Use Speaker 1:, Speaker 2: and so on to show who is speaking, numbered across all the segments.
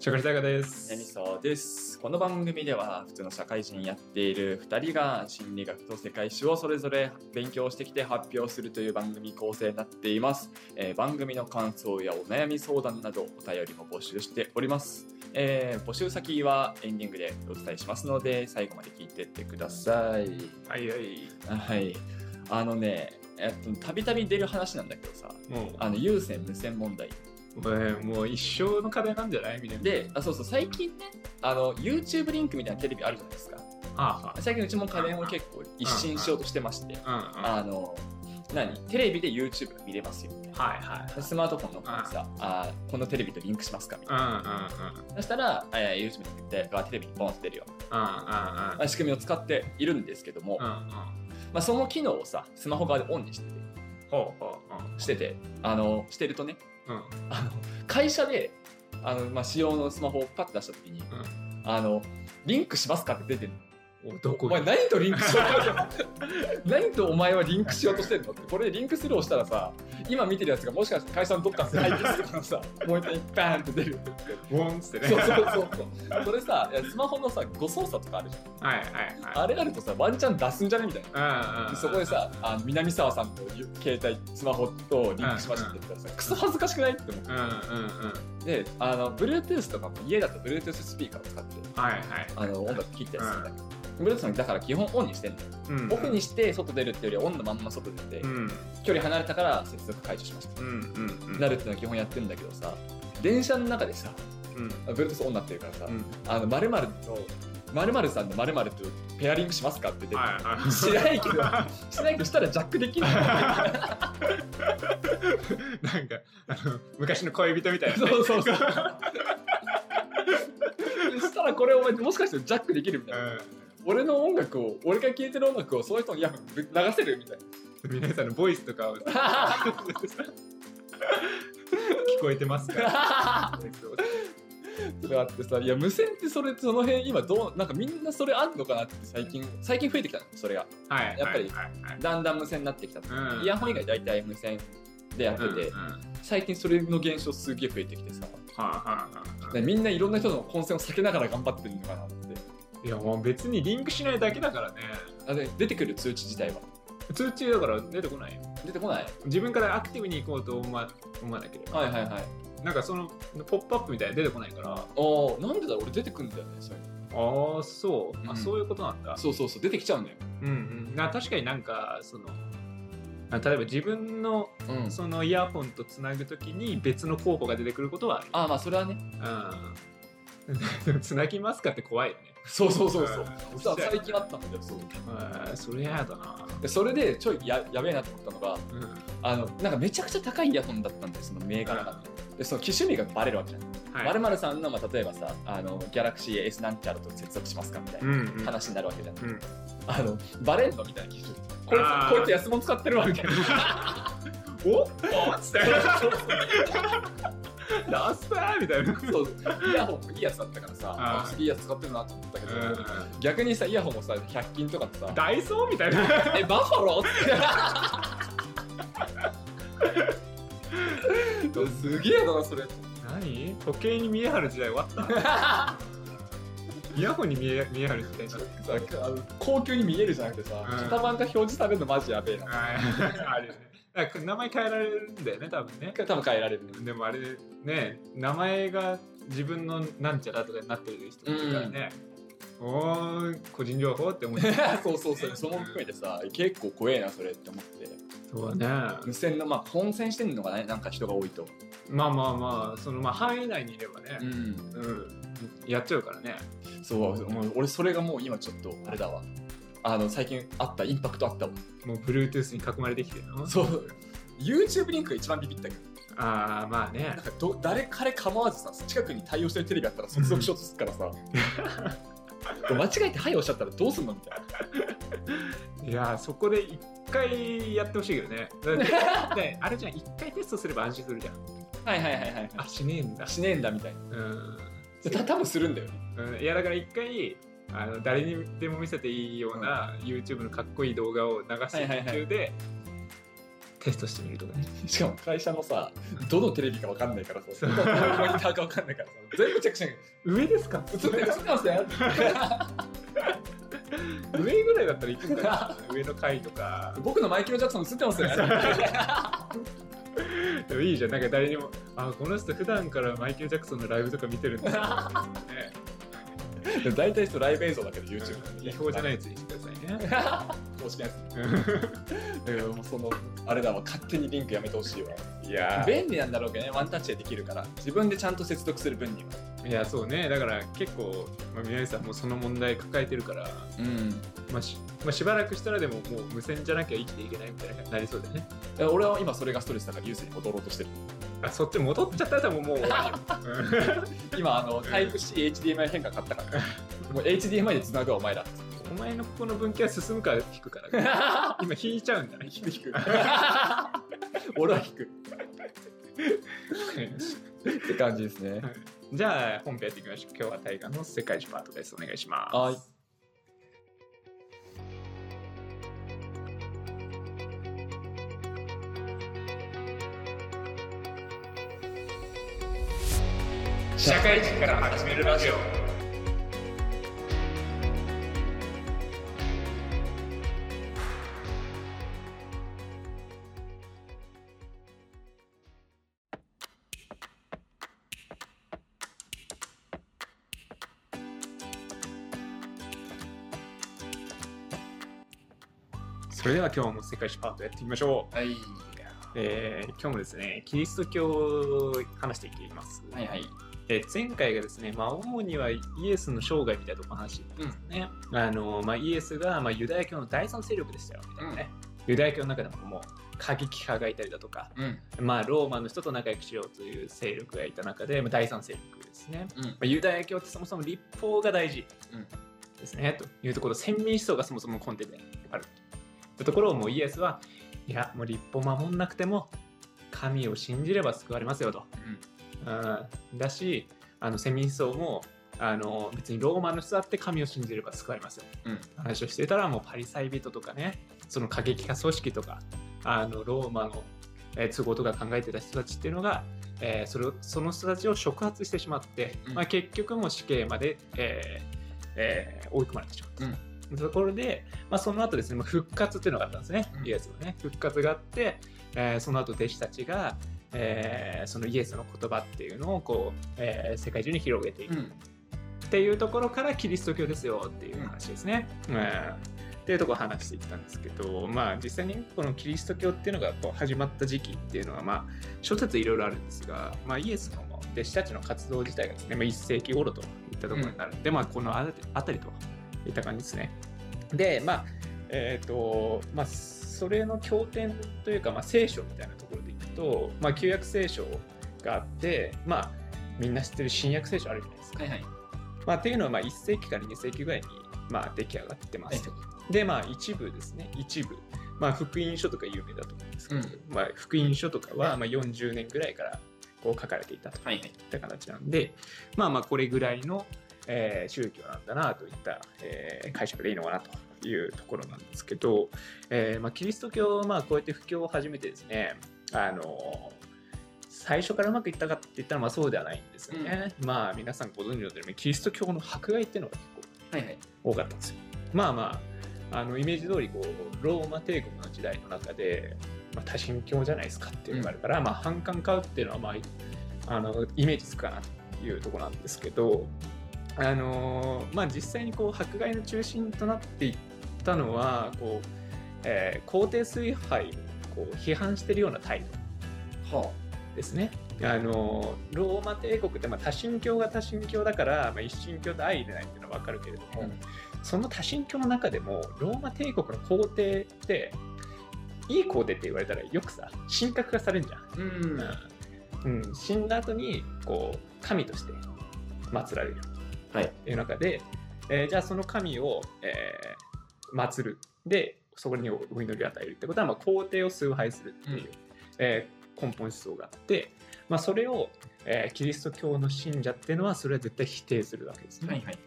Speaker 1: シャカリタカです。
Speaker 2: 南沢です。この番組では普通の社会人やっている2人が心理学と世界史をそれぞれ勉強してきて発表するという番組構成になっています。えー番組の感想やお悩み相談などお便りも募集しております。えー募集先はエンディングでお伝えしますので最後まで聞いてってください。
Speaker 1: はいはい。
Speaker 2: はい。あのね、えっと、たびたび出る話なんだけどさ、
Speaker 1: も
Speaker 2: あの、有線無線問題。
Speaker 1: う、ねもう一生の課題なんじゃないみたいな。
Speaker 2: で、あ、そうそう、最近ね、あの、YouTube リンクみたいなテレビあるじゃないですか。
Speaker 1: は
Speaker 2: 最近うちも家電を結構一新しようとしてまして、
Speaker 1: あはあ。
Speaker 2: あの何テレビで YouTube が見れますよみたい
Speaker 1: うんうん。はいはい。
Speaker 2: なスマートフォンの方にさ、あーこのテレビとリンクしますかみたい
Speaker 1: うんうんうん。
Speaker 2: なそしたら、えー YouTube に行ってあテレビにポンって出るよ、
Speaker 1: うん
Speaker 2: まあ、仕組みを使っているんですけども、ま
Speaker 1: うんうん。うんうん。
Speaker 2: あ、その機能をさスマホ側でオンにしてて
Speaker 1: ほうほうほ
Speaker 2: しててあのしてるとね
Speaker 1: う。うん。
Speaker 2: あの会社であの、まあ、使用のスマホをパッと出した時に、あのリンクしますかって出てる
Speaker 1: おど
Speaker 2: お
Speaker 1: こ
Speaker 2: 前何とリンクしようと 何とお前はリンクしようとしてんのってこれでリンクスルーをしたらさ今見てるやつがもしかして会社のどっかの会議室とかの さモニターにバーンって出る
Speaker 1: ボンっつってね。
Speaker 2: そうそうそうそうそれさいやスマホのさ誤操作とかあるじゃん
Speaker 1: はいはいはい。
Speaker 2: あれあるとさワンチャン出すんじゃねみたいな
Speaker 1: うんうんう
Speaker 2: で
Speaker 1: ん。
Speaker 2: そこでさあの南沢さんの携帯スマホとリンクしましたって言ったらさクソ恥ずかしくないって思
Speaker 1: うんうんうん。
Speaker 2: ってであの Bluetooth とかも家だと Bluetooth スピーカーを使って
Speaker 1: はいはい。
Speaker 2: あの音楽聴いたりするんだけど Bluetooth のだから基本オンにしてんの
Speaker 1: うん
Speaker 2: オフにして外出るっていうよりはオンのまんま外出て、
Speaker 1: うん
Speaker 2: 距離離れたから接続解除しました、
Speaker 1: うんうんうん。
Speaker 2: なるっていうのは基本やってんだけどさ電車の中でさ
Speaker 1: うん。
Speaker 2: ブルートスオンになってるからさ、
Speaker 1: うん。
Speaker 2: あの〇〇の〇〇さんの〇〇とペアリングしますかって出て、
Speaker 1: はいはい。
Speaker 2: しな いけどしないけどしたらジャックできない
Speaker 1: なんか、あの、昔の恋人みた いなね。
Speaker 2: そうそうそうしたらこれお前もしかしてジャックできるみたいな、俺の音楽を俺が聴いてる音楽をそういう人にや流せるみたいな
Speaker 1: うん。皆さんのボイスとかをさ 聞こえてますから。
Speaker 2: それあってさいや無線ってそれその辺今どうなんかみんなそれあんのかなって最近最近増えてきたのそれが
Speaker 1: はい、
Speaker 2: やっぱり
Speaker 1: はいはいはい
Speaker 2: だんだん無線になってきたと、
Speaker 1: うん
Speaker 2: イヤホン以外大体無線でやってて、
Speaker 1: うんうんは
Speaker 2: 最近それの現象すげえ増えてきてさ
Speaker 1: あはあは
Speaker 2: でみんないろんな人の混戦を避けながら頑張ってるのかなって
Speaker 1: あいやもう別にリンクしないだけだからね
Speaker 2: あで出てくる通知自体は
Speaker 1: 通知だから出てこないよ
Speaker 2: 出てこない
Speaker 1: 自分からアクティブに行こうと思わ思わなければ、
Speaker 2: はいはいはい
Speaker 1: なんかそのポップアップみたいなの出てこないからあ
Speaker 2: おーなんでだろう俺出てくるんだよねそういうの
Speaker 1: あそう、
Speaker 2: うん
Speaker 1: あそういうことなんだ
Speaker 2: そうそうそう出てきちゃうんだよ
Speaker 1: うんうんな確かになんかそのあ例えば自分の
Speaker 2: うん
Speaker 1: そのイヤホンとつなぐときに別の候補が出てくることは
Speaker 2: ああまあそれはね
Speaker 1: あるうんつなぎますかって怖いよね
Speaker 2: そうそうそうそう
Speaker 1: うん
Speaker 2: さ最近あったんだよそう
Speaker 1: うんそれやだな
Speaker 2: でそれでちょいややべえなと思ったのが
Speaker 1: うん
Speaker 2: あのなんかめちゃくちゃ高いイヤホンだったんですそのメーカーが、でその機種名がバレるわけじゃん、
Speaker 1: は
Speaker 2: 〇
Speaker 1: い、
Speaker 2: 〇さんの、まあ、例えばさあのギャラクシー S なんちゃらと接続しますかみたい
Speaker 1: うん
Speaker 2: な
Speaker 1: うん、
Speaker 2: 話になるわけじゃん、
Speaker 1: うん、
Speaker 2: あのバレんのみたいな機種こい
Speaker 1: あ
Speaker 2: つ
Speaker 1: ー
Speaker 2: こいつ安物使ってるわみたいな
Speaker 1: お っつってラスターみたいな
Speaker 2: そうイヤホンもいいやつだったからさ
Speaker 1: あー
Speaker 2: あすげえいいやつ使ってるなと思ったけど、逆にさイヤホンもさ100均とかでさ
Speaker 1: ダイソーみたいな
Speaker 2: えバッファロ ーってすげえだなそれ
Speaker 1: 何時計に見え張る時代終わったイヤホンに見え見え張る時代になった
Speaker 2: さあの高級に見えるじゃなくてさ、
Speaker 1: うん
Speaker 2: 型番が表示されるのマジやべえな。なん
Speaker 1: ああれねだから名前変えられるんだよね多分ね
Speaker 2: か多分変えられるね。
Speaker 1: でもあれね名前が自分のなんちゃらとかになってる人とからね、おー個人情報って思って
Speaker 2: そうそうそう、その含めてさ、結構怖えな、それって思って。
Speaker 1: そうね
Speaker 2: 無線の、まあ、混戦してんのかね、なんか人が多いと。
Speaker 1: まあまあまあそのまあ範囲内にいればね、
Speaker 2: ん。
Speaker 1: うん、やっちゃうからね。
Speaker 2: そう、もう俺それがもう今ちょっと、あれだわ。あの、最近あった、インパクトあったわ。
Speaker 1: もう Bluetooth に囲まれてきてるの
Speaker 2: そう。YouTube リンクが一番ビビったけど、
Speaker 1: ああ、まあね
Speaker 2: なん。かど誰彼構わずさ、近くに対応してるテレビあったら接続しようとするから さ。間違えて、はい、おっしゃったらどうすんのみたいな。
Speaker 1: いやー、そこで一回やってほしいけどね。だってねあれじゃん、一回テストすれば安心するじゃん。
Speaker 2: はいはいはいはい。
Speaker 1: あ、しねえんだ。
Speaker 2: しねえんだみたいな。
Speaker 1: うん。
Speaker 2: でた多分するんだよね。
Speaker 1: うんいや、だから一回、あの誰にでも見せていいような YouTube のかっこいい動画を流してる途中で、テストしてみるとかね
Speaker 2: しかも会社のさどのテレビかわかんないからさ
Speaker 1: そう
Speaker 2: どのモニターかわかんないからさ全部チェックしなきゃ
Speaker 1: 上ですか
Speaker 2: 映ってる映ってますね
Speaker 1: 上ぐらいだったら行くんだ よ上の階と か
Speaker 2: 僕のマイケル・ジャクソン映ってますね
Speaker 1: でもいいじゃんなんか誰にも「あこの人普段からマイケル・ジャクソンのライブとか見てるんだ」 ね
Speaker 2: でも大体人ライブ映像だけど YouTube だね
Speaker 1: 違法じゃないやつにしてくださいね
Speaker 2: 公式なやつだけどもうそのあれだわ勝手にリンクやめてほしいわ
Speaker 1: いやー
Speaker 2: 便利なんだろうけどねワンタッチでできるから自分でちゃんと接続する分にはい
Speaker 1: やそうねだから結構、まあ、宮治さんもその問題抱えてるから、
Speaker 2: うん
Speaker 1: まあしまあ、しばらくしたらでももう無線じゃなきゃ生きていけないみたいな感じになりそうだよね
Speaker 2: 俺は今それがストレスだからユースに戻ろうとしてる
Speaker 1: あそっち戻っちゃったら多分もう終わりよ
Speaker 2: 今あのタイプ C HDMI 変換買ったからもう HDMI でつなぐわお前ら
Speaker 1: うん お前のここの分岐は進むから引くから、ね、 今引いちゃうんだね
Speaker 2: 引く 引く俺は引くって感じですね
Speaker 1: じゃあ本編やっていきましょう今日は大河の世界史パートですお願いします
Speaker 2: はい
Speaker 1: 社会人から始めるラジオそれでは今日も世界史パートやっていきましょう、
Speaker 2: はい
Speaker 1: えー今日もですねキリスト教を話していきます、
Speaker 2: はいはい
Speaker 1: えー前回がですね、まあ、主にはイエスの生涯みたいなとこ話ですね、あのまあ、イエスが、まあ、ユダヤ教の第三勢力でしたよみたいなね、ユダヤ教の中でももう過激派がいたりだとか、
Speaker 2: うん
Speaker 1: まあ、ローマの人と仲良くしようという勢力がいた中で、まあ、第三勢力ですね、
Speaker 2: うん
Speaker 1: まあ、ユダヤ教ってそもそも立法が大事
Speaker 2: うん
Speaker 1: ですね、というところ先民思想がそもそも根底であるというところをもうイエスはいやもう立法守んなくても神を信じれば救われますよと、うん、だしあの先民思想もあの別にローマの人だって神を信じれば救われますよ
Speaker 2: うん
Speaker 1: 話をしてたらもうパリサイ人とかねその過激派組織とかあのローマのえー都合とか考えてた人たちっていうのが、えーそれをその人たちを触発してしまって、
Speaker 2: うん
Speaker 1: まあ、結局もう死刑まで、えーえー追い込まれてしまった。
Speaker 2: うん
Speaker 1: ところで、まあ、その後ですね、まあ復活っていうのがあったんですね、
Speaker 2: うん
Speaker 1: イエスのね復活があって、えーその後弟子たちが、えーそのイエスの言葉っていうのをこう、えー世界中に広げていく
Speaker 2: うん
Speaker 1: っていうところからキリスト教ですよっていう話ですね。うんっていうところを話していったんですけど、まあ、実際にこのキリスト教っていうのがこう始まった時期っていうのは、まあ、諸説いろいろあるんですが、まあ、イエスの弟子たちの活動自体がですね、まあ、1世紀頃といったところになるんで、まあ、このあたりといった感じですね。で、まあえーとまあ、それの経典というか、まあ、聖書みたいなところでいくと、まあ、旧約聖書があって、まあ、みんな知ってる新約聖書あるじゃないですか。
Speaker 2: はいはい
Speaker 1: まあ、っていうのはまあ1世紀から2世紀ぐらいにまあ出来上がってますと。でまあ一部ですね一部、まあ、福音書とか有名だと思うんですけど、まあ、福音書とかはまあ40年ぐらいからこう書かれていたとい
Speaker 2: はいはい
Speaker 1: った形なんでまあまあこれぐらいの、えー宗教なんだなといった、えー解釈でいいのかなというところなんですけど、えーまあ、キリスト教はまあこうやって布教を始めてですねあのー最初からうまくいったかって言ったらまあそうではないんですよね。まあ皆さんご存知の通りキリスト教の迫害っていうのが結構
Speaker 2: はいはい
Speaker 1: 多かったんですよ。まあまああのイメージ通りこうローマ帝国の時代の中で、まあ、多神教じゃないですかっていうのがあるから、まあ、反感買うっていうのは、まあ、あのイメージつくかなというところなんですけど、あのーまあ、実際にこう迫害の中心となっていったのはこう、えー皇帝崇拝をこう批判してるような態度
Speaker 2: は
Speaker 1: ですね。あのローマ帝国って、まあ、多神教が多神教だから、まあ、一神教と相入れないっていうのは分かるけれども、
Speaker 2: うん
Speaker 1: その多神教の中でもローマ帝国の皇帝っていい皇帝って言われたらよくさ神格化されるじゃん。
Speaker 2: あうんは
Speaker 1: うん死んだ後にこう神として祀られる
Speaker 2: はい
Speaker 1: っていう中で、えーじゃあその神を、えー祀るでそこにお祈りを与えるってことは、まあ、皇帝を崇拝するっていう、
Speaker 2: うん
Speaker 1: えー根本思想があって、まあ、それを、えーキリスト教の信者っていうのはそれは絶対否定するわけですね。
Speaker 2: いはい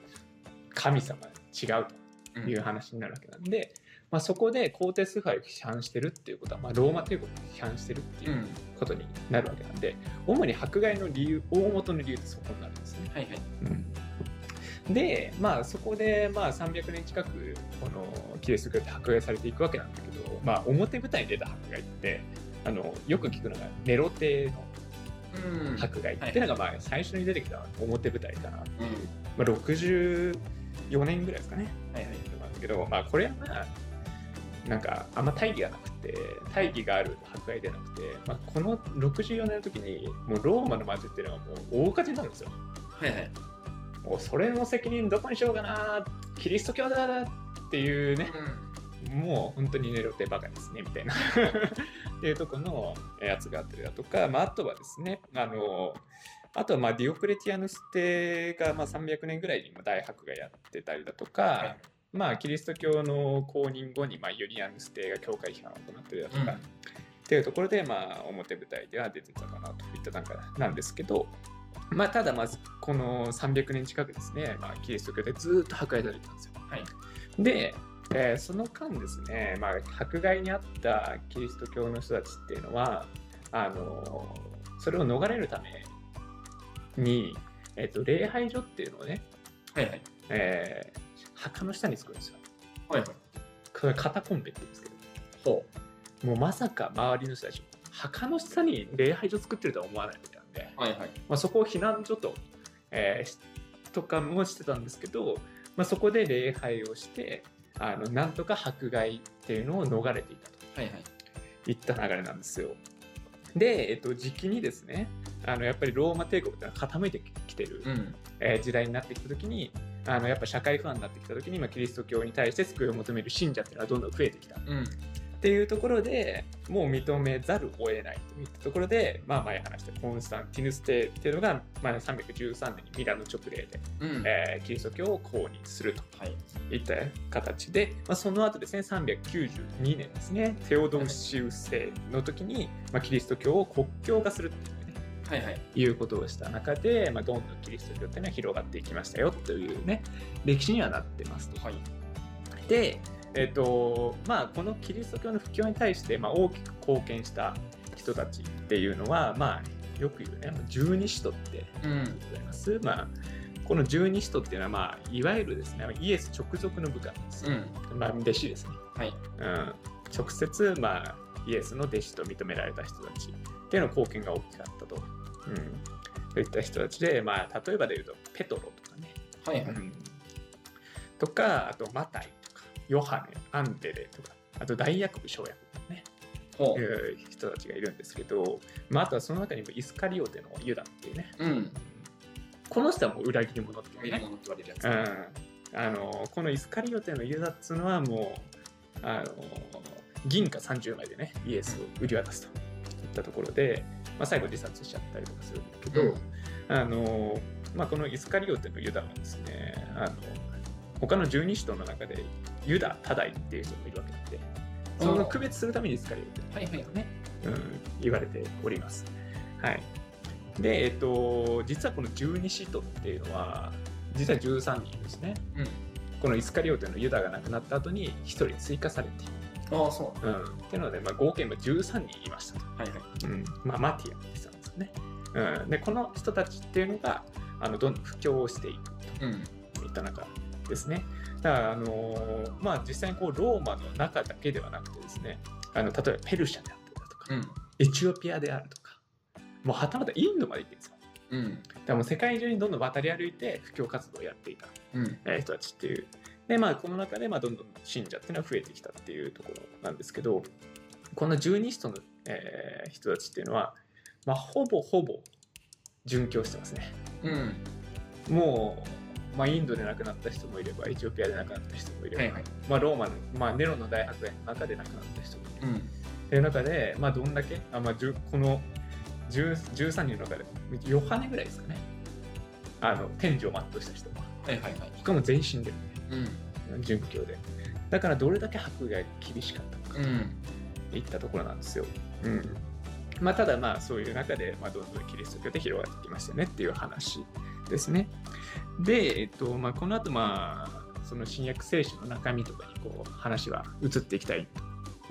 Speaker 1: 神様は違うという話になるわけなんで、まあ、そこで皇帝崇拝を批判してるっていうことは、まあ、ローマ帝国を批判してるっていうことになるわけなんで、主に迫害の理由大元の理由ってそこになるんですね。
Speaker 2: はいはい。
Speaker 1: で、まあ、そこでまあ300年近くこのキリスト教って迫害されていくわけなんだけど、まあ、表舞台に出た迫害ってあのよく聞くのがネロ帝の
Speaker 2: うん
Speaker 1: 迫害
Speaker 2: はい
Speaker 1: ってのがまあ最初に出てきた表舞台かな、
Speaker 2: うん。
Speaker 1: まあ、64年ぐらいですかね
Speaker 2: はいはい。
Speaker 1: なんですけど、まあ、これはまあなんかあんま大義がなくて大義がある迫害ではなくて、まあ、この64年の時にもうローマの街っていうのはもう大火事なんですよ。
Speaker 2: はいはい。
Speaker 1: もうそれの責任どこにしようかなキリスト教だっていうねもう本当にネロテバカですねみたいな っていうとこのやつがあったりだとか、まあ、あとはですねあのあとはまあディオクレティアヌス帝がまあ300年ぐらいにも大迫害やってたりだとか、
Speaker 2: い
Speaker 1: まあ、キリスト教の公認後にまあユリアヌス帝が教会批判を行ったりだとか、
Speaker 2: うん
Speaker 1: っていうところで、まあ、表舞台では出てたかなといった段階なんですけど、まあ、ただまずこの300年近くですね、まあ、キリスト教でずっと破壊されてたんですよ。
Speaker 2: はい
Speaker 1: で、えーその間ですね、まあ、迫害にあったキリスト教の人たちっていうのはあのそれを逃れるために、えっと礼拝所っていうのをね、
Speaker 2: はいはい。
Speaker 1: えー墓の下に作るんですよ。
Speaker 2: はいはい。
Speaker 1: これカタコンベって言うんですけど。
Speaker 2: ほ
Speaker 1: もうまさか周りの人たち墓の下に礼拝所作ってるとは思わないみたいなんで、
Speaker 2: う。はいはい。
Speaker 1: まあ、そこを避難所と,、えーしとかもしてたんですけど、まあ、そこで礼拝をしてあのなんとか迫害っていうのを逃れていたと
Speaker 2: はいはい。
Speaker 1: いった流れなんですよ。で、えっと、時期にですねあのやっぱりローマ帝国ってのは傾いてきてる、
Speaker 2: ん。
Speaker 1: えー時代になってきた時にあのやっぱ社会不安になってきた時に、まあ、キリスト教に対して救いを求める信者っていうのはどんどん増えてきた。
Speaker 2: うん。
Speaker 1: っていうところでもう認めざるを得ないといったところで、まあ、前話したコンスタンティヌス帝っていうのが、まあ、313年にミラノ勅令で、
Speaker 2: うん。
Speaker 1: えーキリスト教を公認すると
Speaker 2: はい。
Speaker 1: いった形で、まあ、その後ですね392年ですねテオドンシウス帝の時に、まあ、キリスト教を国教化するっていうね
Speaker 2: はいはい。
Speaker 1: いうことをした中で、まあ、どんどんキリスト教っていうのは広がっていきましたよというね歴史にはなってますと。
Speaker 2: はい。
Speaker 1: で、えっとまあ、このキリスト教の布教に対して、まあ、大きく貢献した人たちっていうのは、まあ、よく言うね十二使徒って
Speaker 2: うん。
Speaker 1: ございます、まあ、この十二使徒っていうのは、まあ、いわゆるですねイエス直属の部下です、
Speaker 2: うん。
Speaker 1: まあ、弟子ですね、
Speaker 2: はい。
Speaker 1: うん、直接、まあ、イエスの弟子と認められた人たちっていうの貢献が大きかったと、うん、といった人たちで、まあ、例えばで言うとペトロとかね
Speaker 2: はいは
Speaker 1: う
Speaker 2: い。
Speaker 1: んとかあとマタイとかヨハネアンデレとかあと大薬部小薬部ね、
Speaker 2: ほう。
Speaker 1: いう人たちがいるんですけど、まあ、あとはその中にもイスカリオテのユダっていうね
Speaker 2: うん。
Speaker 1: この人はもう裏切り者っていう
Speaker 2: 見る
Speaker 1: ね、
Speaker 2: ものって言われるやつ。
Speaker 1: う
Speaker 2: はい
Speaker 1: ん、あのこのイスカリオテのユダっつうのはもうあの銀貨30枚でねイエスを売り渡すといったところで、まあ、最後自殺しちゃったりとかするんだけど、
Speaker 2: うん
Speaker 1: あのまあ、このイスカリオテのユダはですねあの他の十二使徒の中でユダ・タダイっていう人もいるわけでその区別するためにイスカリオテ
Speaker 2: はいはい。
Speaker 1: ね、うん、言われております。はい、で、えっと、実はこの十二使徒っていうのは実は13人ですね
Speaker 2: うん。
Speaker 1: このイスカリオテのユダが亡くなった後に1人追加されて、
Speaker 2: ああ、そ
Speaker 1: うん、っていうので、まあ、合計まあ13人いましたと。
Speaker 2: う。はいはい。
Speaker 1: うんまあ、マティアの人なんですよね、うん、でこの人たちっていうのがあのどんどん布教をしていく
Speaker 2: うん。
Speaker 1: といった中ですねだから、あのーまあ、実際にこうローマの中だけではなくてですねあの例えばペルシャであったりだとか、
Speaker 2: うん。
Speaker 1: エチオピアであるとかもうはたまたインドまで行ってるんですよ
Speaker 2: うん。
Speaker 1: だからもう世界中にどんどん渡り歩いて布教活動をやっていた
Speaker 2: うん。
Speaker 1: えー人たちっていう。でまあこの中でまあどんどん信者っていうのは増えてきたっていうところなんですけどこの十二使徒の、えー人たちっていうのは、まあ、ほぼほぼ殉教してますね。
Speaker 2: うん。
Speaker 1: もう、まあ、インドで亡くなった人もいればエチオピアで亡くなった人もいれば、
Speaker 2: はいはい。
Speaker 1: まあ、ローマの、まあ、ネロの大迫害の中で亡くなった人もいる。
Speaker 2: うん。
Speaker 1: っていう中で、まあ、どんだけあ、まあ、10この10 13人の中でヨハネぐらいですかねあの天井を全うした人は
Speaker 2: はいはいはい。
Speaker 1: 他も全身で
Speaker 2: うん。
Speaker 1: 準教でだからどれだけ迫害が厳しかったのか
Speaker 2: うん。
Speaker 1: といったところなんですよ、うんまあ、ただまあそういう中で、まあ、どんどんキリスト教で広がってきましたよねっていう話ですねで、えっとまあ、この後まあその新約聖書の中身とかにこう話は移っていきたいと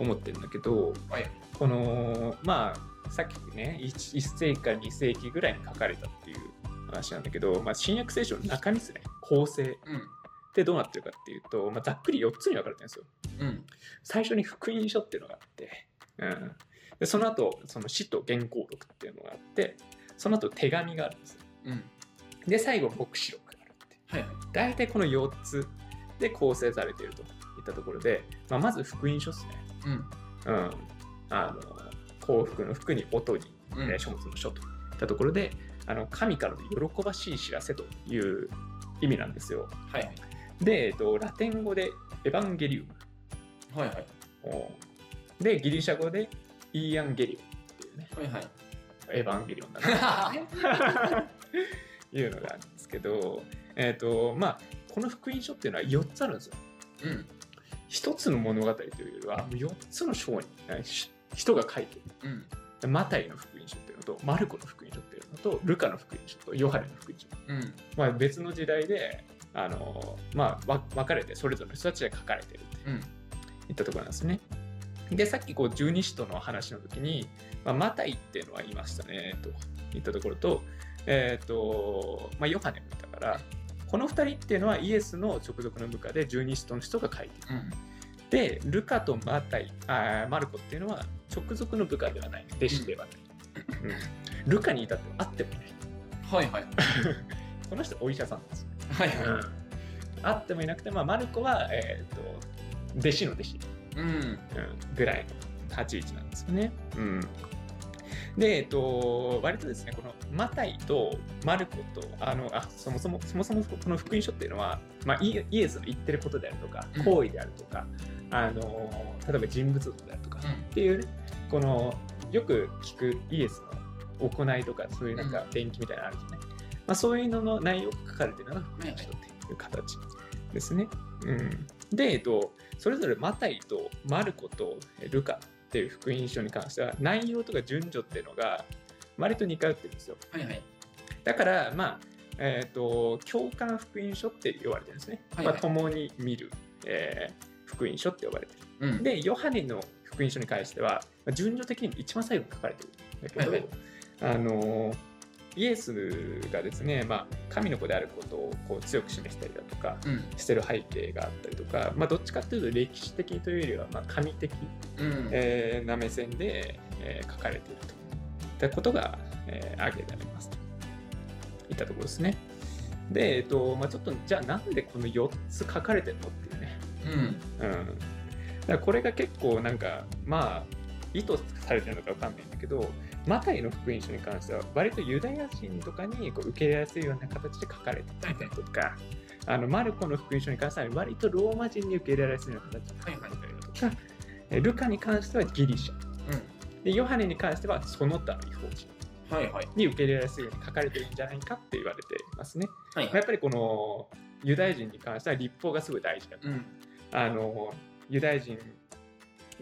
Speaker 1: 思ってるんだけど、
Speaker 2: はい
Speaker 1: このまあさっきね 1, 1世紀から2世紀ぐらいに書かれたっていう話なんだけど、まあ、新約聖書の中身ですね構成っ
Speaker 2: うん
Speaker 1: てどうなってるかっていうと、まあ、ざっくり4つに分かれてるんですよ。
Speaker 2: うん
Speaker 1: 最初に福音書っていうのがあって、うん、でその後その使徒原稿録っていうのがあってその後手紙があるんですよ
Speaker 2: うん
Speaker 1: で最後牧師録があるって
Speaker 2: はいはい
Speaker 1: 大体この4つで構成されているといったところで、まあ、まず福音書ですね、
Speaker 2: うん
Speaker 1: うん、あの幸福の福に音に、
Speaker 2: う
Speaker 1: え
Speaker 2: ん
Speaker 1: ー書物の書といったところであの神からの喜ばしい知らせという意味なんですよ
Speaker 2: はいはい
Speaker 1: で、えっと、ラテン語でエヴァンゲリウム
Speaker 2: はいはい
Speaker 1: で、ギリシャ語でイーアンゲリオンっていうね、
Speaker 2: はいはい
Speaker 1: エヴァンゲリオンだ ないうのがあるんですけど、えっ、と、まあ、この福音書っていうのは4つあるんですよ。
Speaker 2: うん
Speaker 1: 1つの物語というよりは、4つの章に、えし人が書いてる
Speaker 2: うん
Speaker 1: で。マタイの福音書っていうのと、マルコの福音書っていうのと、ルカの福音書と、ヨハネの福音書。
Speaker 2: うん
Speaker 1: まあ、別の時代で、あのまあ、わ分かれて、それぞれの人たちが書かれてるっていう
Speaker 2: うん
Speaker 1: いったところなんですね。でさっきこう十二使徒の話の時に、まあ、マタイっていうのは言いましたねと言ったところと,、えーとまあ、ヨハネもいたからこの2人っていうのはイエスの直属の部下で十二使徒の人が書いて
Speaker 2: うん
Speaker 1: いてルカとマタイあーマルコっていうのは直属の部下ではない弟子ではない、うん、ルカに至ってもあってもいない
Speaker 2: はいはい
Speaker 1: この人お医者さんなんですよ、
Speaker 2: はいは
Speaker 1: あってもいなくて、まあ、マルコは、えー、と弟子の弟子
Speaker 2: いうん
Speaker 1: うんぐらいの立ち位置なんですよね。うん、で、えっと、割とですね、このマタイとマルコと、あのあそもそもそもそもこの福音書っていうのは、まあ、イイエスの言ってることであるとか
Speaker 2: うん、
Speaker 1: 行為であるとか、あの例えば人物像であるとか
Speaker 2: うん
Speaker 1: っていうね、このよく聞くイエスの行いとか、そういうなん
Speaker 2: う
Speaker 1: か伝記みたいなのあるじゃない。まあ、そういうのの内容が書かれてるのが福音書っていう形ですね。うん、で、えっと、それぞれマタイとマルコとルカっていう福音書に関しては内容とか順序っていうのが割と似通ってるんですよ
Speaker 2: はいはい
Speaker 1: だからまあえっ、と共感福音書って呼ばれてるんですね、
Speaker 2: はいはい
Speaker 1: まあ、共に見る、えー福音書って呼ばれてる
Speaker 2: うん
Speaker 1: でヨハネの福音書に関してはまあ順序的に一番最後に書かれてるんだけど、
Speaker 2: はい
Speaker 1: あのーイエスがですね、まあ、神の子であることをこう強く示したりだとか、
Speaker 2: うん
Speaker 1: してる背景があったりとか、まあ、どっちかっていうと歴史的というよりはまあ神的、
Speaker 2: うん
Speaker 1: えーな目線で、えー書かれているといったことが、えー挙げられますといったところですね。で、えっとまあ、ちょっとじゃあなんでこの4つ書かれてるのっていうね、
Speaker 2: うん
Speaker 1: うん、だからこれが結構なんかまあ意図されてるのかわかんないんだけどマタイの福音書に関しては割とユダヤ人とかにこう受け入れやすいような形で書かれてたりだとかあのマルコの福音書に関しては割とローマ人に受け入れられやすいような形で書かれてたりだとかえルカに関してはギリシャ
Speaker 2: う
Speaker 1: でヨハネに関してはその他の違法人
Speaker 2: んはいはい
Speaker 1: に受け入れられやすいように書かれてるんじゃないかって言われてますね。
Speaker 2: はい
Speaker 1: まあやっぱりこのユダヤ人に関しては立法がすごい大事だから
Speaker 2: うん
Speaker 1: あのユダヤ人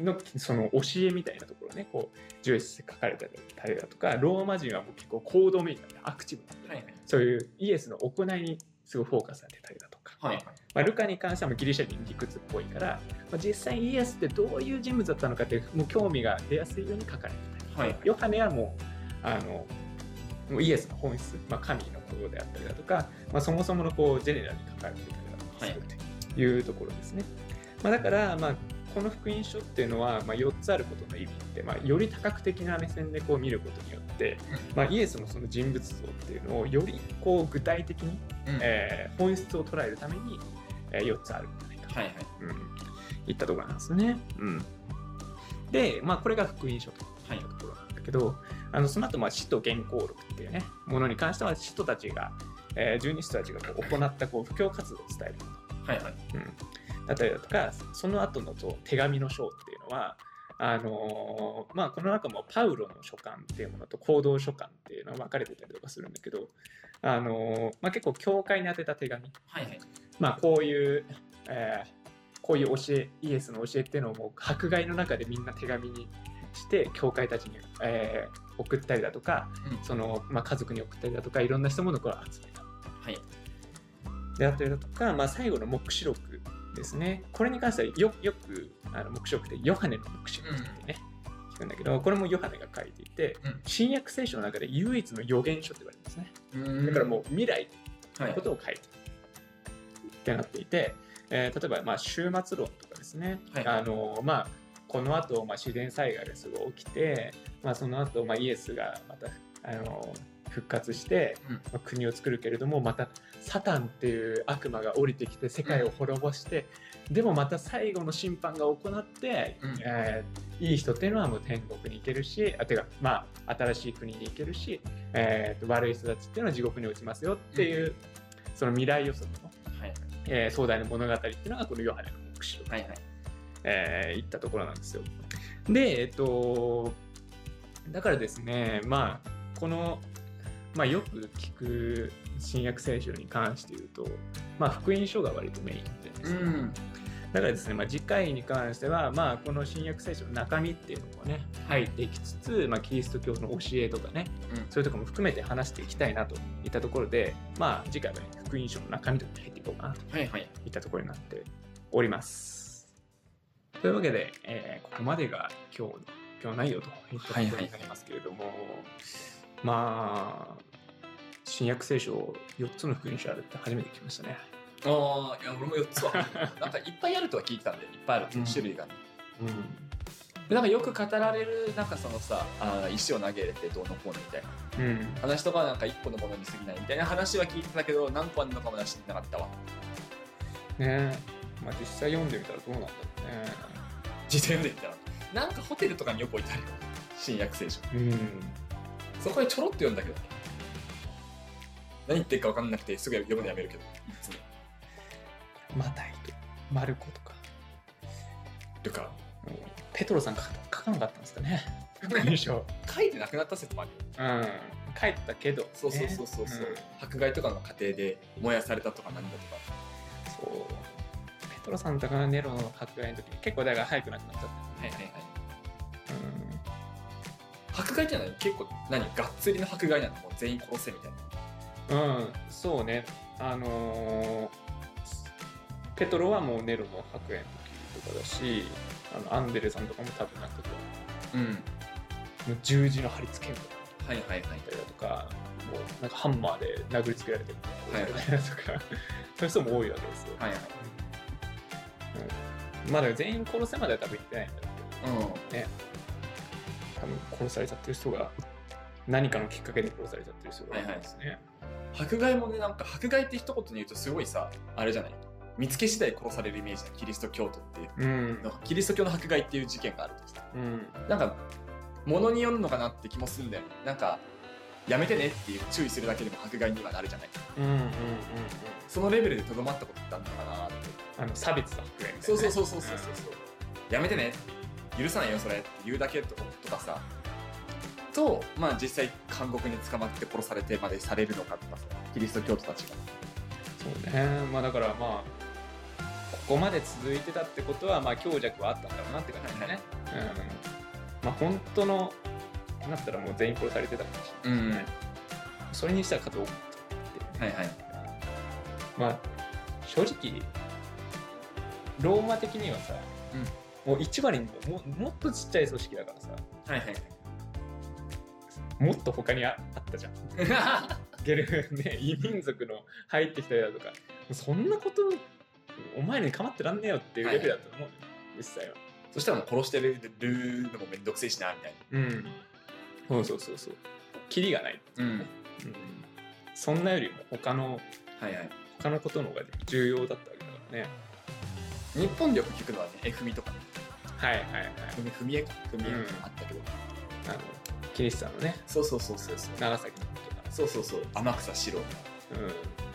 Speaker 1: のその教えみたいなところねこう重視して書かれたりだとかローマ人はもう結構行動メインなんでアクティブなんで
Speaker 2: はいはい
Speaker 1: そういうイエスの行いにすごいフォーカスされてたりだとか、
Speaker 2: はいはい
Speaker 1: まあ、ルカに関してはもうギリシャ人理屈っぽいから、まあ、実際イエスってどういう人物だったのかってもう興味が出やすいように書かれてたり、
Speaker 2: はい
Speaker 1: ヨハネはもうあのもうイエスの本質、まあ、神のことであったりだとか、まあ、そもそものこうジェネラルに書かれてたりだとかするというところですね。まあ、だから、まあ、この福音書っていうのは、まあ、4つあることの意味って、まあ、より多角的な目線でこう見ることによって、まあ、イエスのその人物像っていうのをよりこう具体的に、
Speaker 2: うん
Speaker 1: えー本質を捉えるために、え4つあるんじゃないか、
Speaker 2: はいはい
Speaker 1: うん、いったところなんですね。うん、で、まあ、これが福音書と。
Speaker 2: はい
Speaker 1: ところなんだけどあのその後まあ使徒原稿録っていうねものに関しては使徒たちが、えー、12使徒たちがこう行ったこう布教活動を伝えるも
Speaker 2: はいはい
Speaker 1: の、うん、だったりだとかその後のそう手紙の章っていうのはあのーまあこの中もパウロの書簡っていうものと行動書簡っていうのが分かれてたりとかするんだけどあのーまあ結構教会に宛てた手紙
Speaker 2: はいはい
Speaker 1: まあこういう、えーこういう教えイエスの教えっていうのをもう迫害の中でみんな手紙にして教会たちに、えー送ったりだとか
Speaker 2: うん
Speaker 1: その、まあ、家族に送ったりだとかいろんな人ものこれを集めた
Speaker 2: はい
Speaker 1: であったりだとか、まあ、最後の黙示録ですねこれに関してはよよくあの黙示録ってヨハネの黙示録ってね、聞くんだけどこれもヨハネが書いていて、
Speaker 2: うん
Speaker 1: 新約聖書の中で唯一の予言書って言われてますね
Speaker 2: だ
Speaker 1: だからもう未来
Speaker 2: うん、はい
Speaker 1: こ、とを書いてるってなっていて、えー例えばまあ終末論とかですね、
Speaker 2: はい
Speaker 1: あのまあ、この後、まあ自然災害がすごい起きて、まあ、その後、まあイエスがまたあの復活して、
Speaker 2: うん
Speaker 1: まあ国を作るけれどもまたサタンっていう悪魔が降りてきて世界を滅ぼして、でもまた最後の審判が行って、
Speaker 2: うん
Speaker 1: えーいい人っていうのはもう天国に行けるしてかまあ新しい国に行けるし、えーと悪い人たちっていうのは地獄に落ちますよっていう、その未来予測の、
Speaker 2: はい
Speaker 1: えー壮大な物語っていうのがこのヨハネの目視
Speaker 2: はいはい
Speaker 1: えー行ったところなんですよ。で、えっと、だからですね、まあ、この、まあ、よく聞く新約聖書に関して言うと、まあ、福音書が割とメインで
Speaker 2: う
Speaker 1: すね、
Speaker 2: ん
Speaker 1: だからですね、まあ、次回に関しては、まあ、この新約聖書の中身っていうのもね、入っていきつつ、まあ、キリスト教の教えとかね、
Speaker 2: うん
Speaker 1: そういうとこも含めて話していきたいなといったところで、まあ、次回は、ね、福音書の中身とかに入っていこうかなと
Speaker 2: はいはい
Speaker 1: いったところになっております。というわけで、えーここまでが今日の今日内容といったところになりますけれども、まあ新約聖書4つの福音書あるって初めて聞きましたね。
Speaker 2: ああいや俺も4つは なんかいっぱいあるとは聞いてたんでいっぱいあるっていう種類がね、
Speaker 1: う、
Speaker 2: でなんかよく語られるなんかそのさあー石を投げれてどうのこうのみたいなん
Speaker 1: うん
Speaker 2: 話とかはなんか一個のものに過ぎないみたいな話は聞いてたけど何個あるのかも知ってなかったわ
Speaker 1: ねまあ実際読んでみたらどうなんだろ
Speaker 2: 実際読んでみたらなんかホテルとかによく置いてあるよ新約聖書
Speaker 1: うね。
Speaker 2: そこでちょろっと読んだけど何言ってるか分かんなくてすぐ読むのやめるけどいつも
Speaker 1: うん。マタイとマルコとか、
Speaker 2: ルカ
Speaker 1: うんペトロさん書か書かなかったんですかね。福音書。
Speaker 2: 書いてなくなった説もあるよ
Speaker 1: うん。書いてたけど。
Speaker 2: そうそうそうそうそう、
Speaker 1: ね
Speaker 2: 迫害とかの過程で燃やされたとかなんだとか
Speaker 1: うんそう。ペトロさんとかがネロの迫害の時に結構だから早くなくなっちゃっ
Speaker 2: はいはいはい
Speaker 1: た。うん。
Speaker 2: 迫害じゃない結構何がっつりの迫害なのもう全員殺せみたいな
Speaker 1: うん、そうね。あのーペトロはもうネロの白煙の時とかだし、あのアンデレさんとかも多分なんかこ
Speaker 2: うん
Speaker 1: う、もう十字の貼り付けみたいなの
Speaker 2: はいはいはい
Speaker 1: やったりだとか、もうなんかハンマーで殴りつけられてる
Speaker 2: はい
Speaker 1: みたいなとか、そういう人も多いわけですよ。
Speaker 2: はいはい
Speaker 1: うんまあだから全員殺せまでは多分行ってないんだろう
Speaker 2: うん
Speaker 1: けど、多分殺されちゃってる人が、何かのきっかけで殺されちゃってる人が多いですね。
Speaker 2: 迫害もねなんか迫害って一言に言うとすごいさあれじゃない見つけ次第殺されるイメージだキリスト教徒っていう
Speaker 1: うん
Speaker 2: なんかキリスト教の迫害っていう事件があるとさ
Speaker 1: うん
Speaker 2: なんか物によるのかなって気もするんだよねなんかやめてねっていう注意するだけでも迫害にはなるじゃない
Speaker 1: うんうんうんうん
Speaker 2: そのレベルでとどまったことってあるのかなって
Speaker 1: あの差別だ白煙みたいなね、
Speaker 2: そうそうそうそうそうそうそうやめてね許さないよそれって言うだけととかさとまあ実際監獄に捕まって殺されてまでされるのかとかさキリスト教徒たちが
Speaker 1: そうね、まあだからまあ、ここまで続いてたってことは、まあ強弱はあったんだろうなって感じだね。うん。まあ本当の、なったらもう全員殺されてたかもし
Speaker 2: うん
Speaker 1: れない。それにしたらかと思って、
Speaker 2: はいはい
Speaker 1: まあ正直、ローマ的にはさ、もう1割にもももっとちっちゃい組織だからさ、
Speaker 2: はいはい
Speaker 1: もっと他にああったじゃん。 ゲルね異民族の入ってきたりだとかもうそんなことお前らに構ってらんねえよっていうレベルだと思う、実際は
Speaker 2: そしたらもう殺してるのもめんどくせえしなみたい
Speaker 1: うんそうそうそうそうキリがない、
Speaker 2: なうん
Speaker 1: うん、そんなよりも他の
Speaker 2: はいはい
Speaker 1: 他のことの方が重要だったわけだからね
Speaker 2: 日本でよく聞くのはねえ踏みとか
Speaker 1: はいはいはい
Speaker 2: 踏み踏み絵か踏み絵
Speaker 1: うん
Speaker 2: あったけど、
Speaker 1: あのキリシタンのね
Speaker 2: そうそうそうそうそう
Speaker 1: 長崎のことか
Speaker 2: そうそうそう天草四郎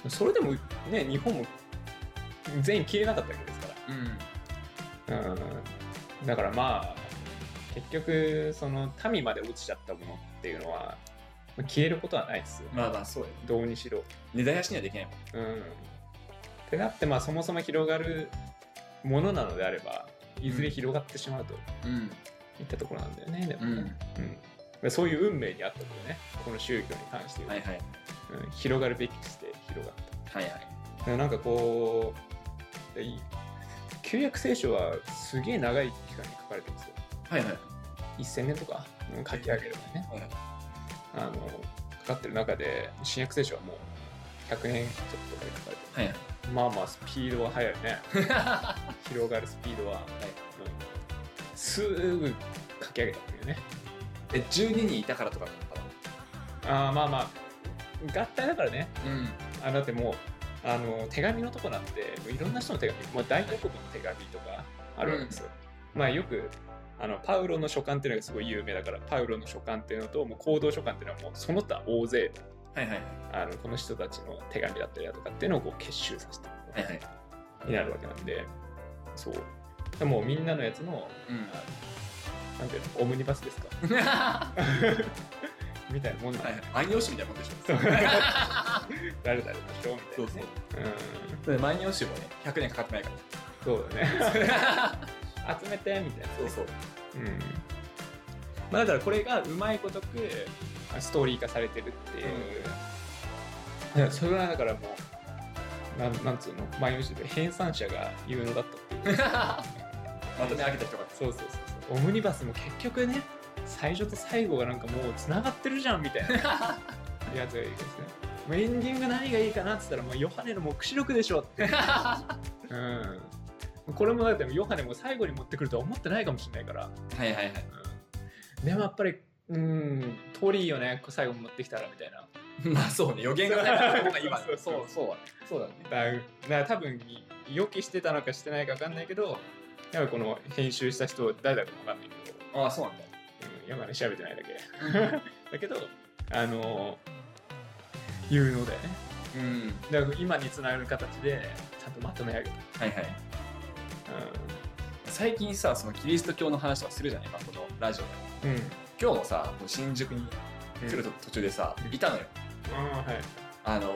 Speaker 1: うんそれでもね日本も全員消えなかったわけですから
Speaker 2: うん
Speaker 1: うんだからまあ結局その民まで落ちちゃったものっていうのはまあ消えることはないですよ、
Speaker 2: まあまあそうよ
Speaker 1: どうにしろ。
Speaker 2: 根絶やしにはできないもん
Speaker 1: うん、ってなってまあそもそも広がるものなのであればいずれ広がってしまうと
Speaker 2: うん
Speaker 1: いったところなんだよねでも
Speaker 2: う
Speaker 1: ね、
Speaker 2: ん
Speaker 1: うんでそういう運命にあったことねこの宗教に関して言うと
Speaker 2: はいはい
Speaker 1: うん広がるべきして広がっ
Speaker 2: はいはい
Speaker 1: た、でなんかこうい旧約聖書はすげえ長い期間に書かれてるんですよ
Speaker 2: はいはい
Speaker 1: 1000年とかうん書き上げるのにね
Speaker 2: はいはい
Speaker 1: あのかかってる中で新約聖書はもう100年ちょっととかで書かれて
Speaker 2: はいはい
Speaker 1: るまあまあスピードは速い ね広がるスピードは、うんすぐ書き上げたっていうね
Speaker 2: え12人いたからとかだったの
Speaker 1: あーまあまあ合体だからね
Speaker 2: うん
Speaker 1: あだってもうあの手紙のとこなんてもういろんな人の手紙、まあ、大ヤコブの手紙とかあるわけですよ、まあよくあのパウロの書簡っていうのがすごい有名だからパウロの書簡っていうのともう行動書簡っていうのはもうその他大勢
Speaker 2: はいはい
Speaker 1: あのこの人たちの手紙だったりだとかっていうのをこう結集させて
Speaker 2: はいはい
Speaker 1: になるわけなんでそうでもうみんなのやつの
Speaker 2: うん
Speaker 1: なんていうのオムニバス ですか
Speaker 2: は
Speaker 1: みたいなもんなん
Speaker 2: いはい万葉集みたいなもんでしょ
Speaker 1: そう誰々でしょみたいな、ね、
Speaker 2: それ万葉集もね100年かかってないか
Speaker 1: うんそうだね
Speaker 2: ら
Speaker 1: 集めてみたいな
Speaker 2: そうそう
Speaker 1: うんまあ、だからこれがうまいことくあストーリー化されてるっていう、いやそれはだからもうなんなんつうの前にで編纂者が有能だったっていう
Speaker 2: まとめ上げた人が
Speaker 1: そうそうそうそうオムニバスも結局ね最初と最後がなんかもうつながってるじゃんみたいなやつがいいですねもうエンディング何がいいかなっつったらもうヨハネの黙示録でしょって、うん、これもだってヨハネも最後に持ってくるとは思ってないかもしれないから
Speaker 2: はいはいはい
Speaker 1: うんでもやっぱり、うん、鳥いいよね、最後持ってきたらみたいな。
Speaker 2: まあそうね予言がないから今
Speaker 1: そうそう
Speaker 2: そうだねそうだね
Speaker 1: だだ多分予期してたのかしてないか分かんないけど、やっぱこの編集した人、誰だか分かんないけ
Speaker 2: ああそうなん
Speaker 1: ど、うん、山根調べてないだけ。
Speaker 2: だ
Speaker 1: だけど、あの有能だよね。
Speaker 2: うん
Speaker 1: だから今につながる形で、ちゃんとまとめ上げる。
Speaker 2: はいはい最近さそのキリスト教の話とかするじゃないかこのラジオで
Speaker 1: うん。うん。
Speaker 2: 今日もさこう新宿に
Speaker 1: うん
Speaker 2: 来ると途中でさ
Speaker 1: うん
Speaker 2: いたのよ
Speaker 1: ああ、はい。
Speaker 2: あの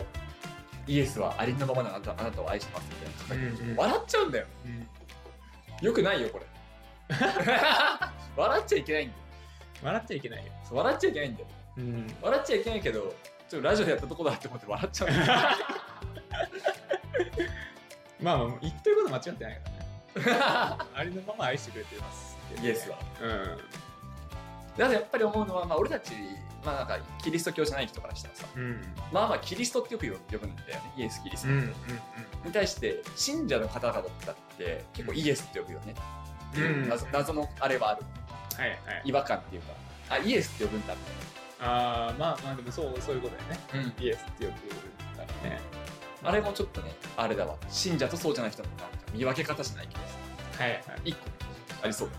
Speaker 2: イエスはありのままのあなたあなたを愛しますみたいな
Speaker 1: うんうん
Speaker 2: 笑っちゃうんだよ
Speaker 1: うん
Speaker 2: よくないよこれ 笑っちゃいけないんだよ
Speaker 1: 笑っちゃいけないよ。
Speaker 2: そう笑っちゃいけないんだよ
Speaker 1: うん。
Speaker 2: 笑っちゃいけないけどちょっとラジオでやったとこだって思って笑っちゃうんだよ
Speaker 1: まあ、言ってること間違ってないからね。ありのまま愛してくれてます ってね。
Speaker 2: イエスは
Speaker 1: うん。
Speaker 2: だからやっぱり思うのは、まあ、俺たち、まあ、なんかキリスト教じゃない人からしたらさ
Speaker 1: うん。
Speaker 2: まあまあキリストってよく呼ぶんだよねイエスキリスト、
Speaker 1: うん
Speaker 2: に対して信者の方々だって結構イエスって呼ぶよね、
Speaker 1: うんうん
Speaker 2: 謎謎のあれはある
Speaker 1: はいはい。
Speaker 2: 違和感っていうかあイエスって呼ぶんだみ
Speaker 1: ああ、まあまあでもそうそういうことだよね。
Speaker 2: たいな、
Speaker 1: イエスってよく言うんだからね。
Speaker 2: あれもちょっとねあれだわ信者とそうじゃない人のなんか見分け方じゃないけどさ
Speaker 1: はいはい。
Speaker 2: 一個ありそう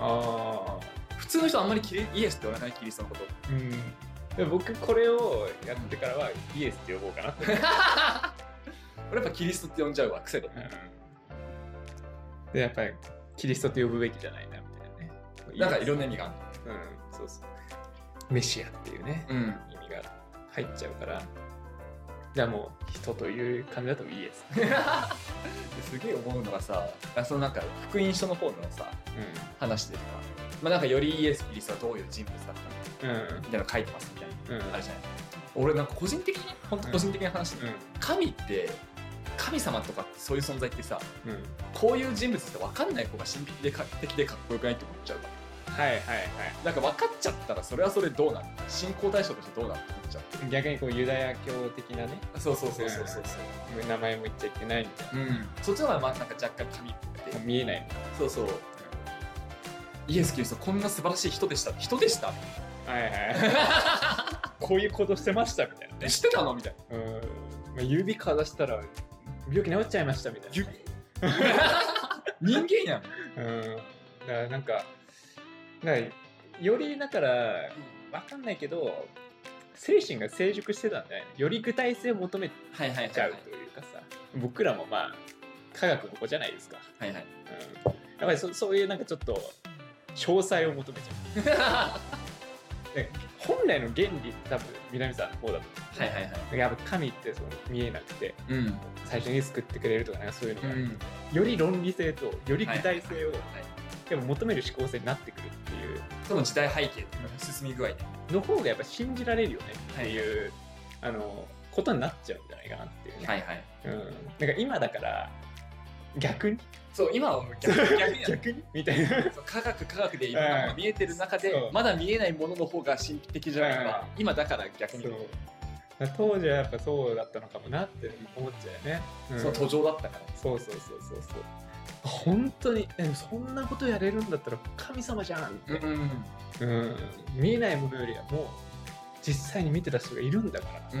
Speaker 1: ああ。
Speaker 2: 普通の人あんまりキリイエスって言わないキリストのこと
Speaker 1: うん。でも僕これをやってからはイエスって呼ぼうかなって。
Speaker 2: 俺やっぱキリストって呼んじゃうわ癖で、
Speaker 1: うん、でやっぱりキリストって呼ぶべきじゃないなみたいなね。
Speaker 2: なんかいろん
Speaker 1: な。
Speaker 2: な意味がある
Speaker 1: うん。そうそう。メシアっていうね、
Speaker 2: うん
Speaker 1: 意味が入っちゃうから。じゃあもう人という感じだとイエス。
Speaker 2: ですげえ思うのがさそのなんか福音書の方の
Speaker 1: う
Speaker 2: さ話でさ、まあ、なんかよりイエス・キリストはどういう人物だったのか
Speaker 1: ん。うん。
Speaker 2: みたいなの書いてますみたいな
Speaker 1: うん。
Speaker 2: あるじゃない俺なんか個人的にね本当個人的な話、神って神様とかってそういう存在ってさ
Speaker 1: うん。うん。
Speaker 2: こういう人物って分かんない方が神秘的でか的でかっこよくないって思っちゃうわ
Speaker 1: はいはいはい。
Speaker 2: なんか分かっちゃったらそれはそれどうなる信仰対象としてどうなるって思っちゃ
Speaker 1: 逆にこうユダヤ教的なね
Speaker 2: うそうそう
Speaker 1: そうそうそう名前も言っちゃいけないみたい
Speaker 2: うんそっちの方がまあなんか若干神っぽくて
Speaker 1: な見えない
Speaker 2: そうそうイエス・キリストこんな素晴らしい人でした人でした
Speaker 1: はいはい こういうことしてましたみたいなね
Speaker 2: 知ってたのみたいな
Speaker 1: うん、まあ、指かざしたら病気治っちゃいましたみたい
Speaker 2: ゆ 人間やん
Speaker 1: なうんだからなんかなんかよりだからわかんないけど精神が成熟してたんだよねより具体性を求めち
Speaker 2: はいはいはい
Speaker 1: ゃうというかさ僕らもまあ科学の子じゃないですか
Speaker 2: はい はい
Speaker 1: うんやっぱりそそういうなんかちょっと詳細を求めちゃう。ね本来の原理って多分南さんの方だと
Speaker 2: はいはいはい
Speaker 1: 思う。やっぱ神ってその見えなくて
Speaker 2: うん
Speaker 1: 最初に救ってくれるとかなんかそういうの
Speaker 2: う
Speaker 1: が、
Speaker 2: ん
Speaker 1: より論理性とより具体性を、
Speaker 2: はい
Speaker 1: でも求める思考性になってくるっていう
Speaker 2: その時代背景とか進み具合で
Speaker 1: の方がやっぱ信じられるよねっていう、あのことになっちゃうんじゃないかなっていうね、
Speaker 2: はいはい。
Speaker 1: うん、なんか今だから逆に
Speaker 2: そう、今は 逆逆になんだよ
Speaker 1: 逆にみたいな
Speaker 2: そう科学科学でいろんなものが見えてる中で、
Speaker 1: そう
Speaker 2: まだ見えないものの方が神秘的じゃないかな、
Speaker 1: うん
Speaker 2: 今だから
Speaker 1: そ
Speaker 2: 逆
Speaker 1: う
Speaker 2: に、
Speaker 1: だから当時はやっぱそうだったのかもなって思っちゃうよね、うん
Speaker 2: そう途上だったから
Speaker 1: そうそうそうそうそう本当にでもそんなことやれるんだったら神様じゃんって、
Speaker 2: んうん
Speaker 1: うん見えないものよりはもう実際に見てた人がいるんだから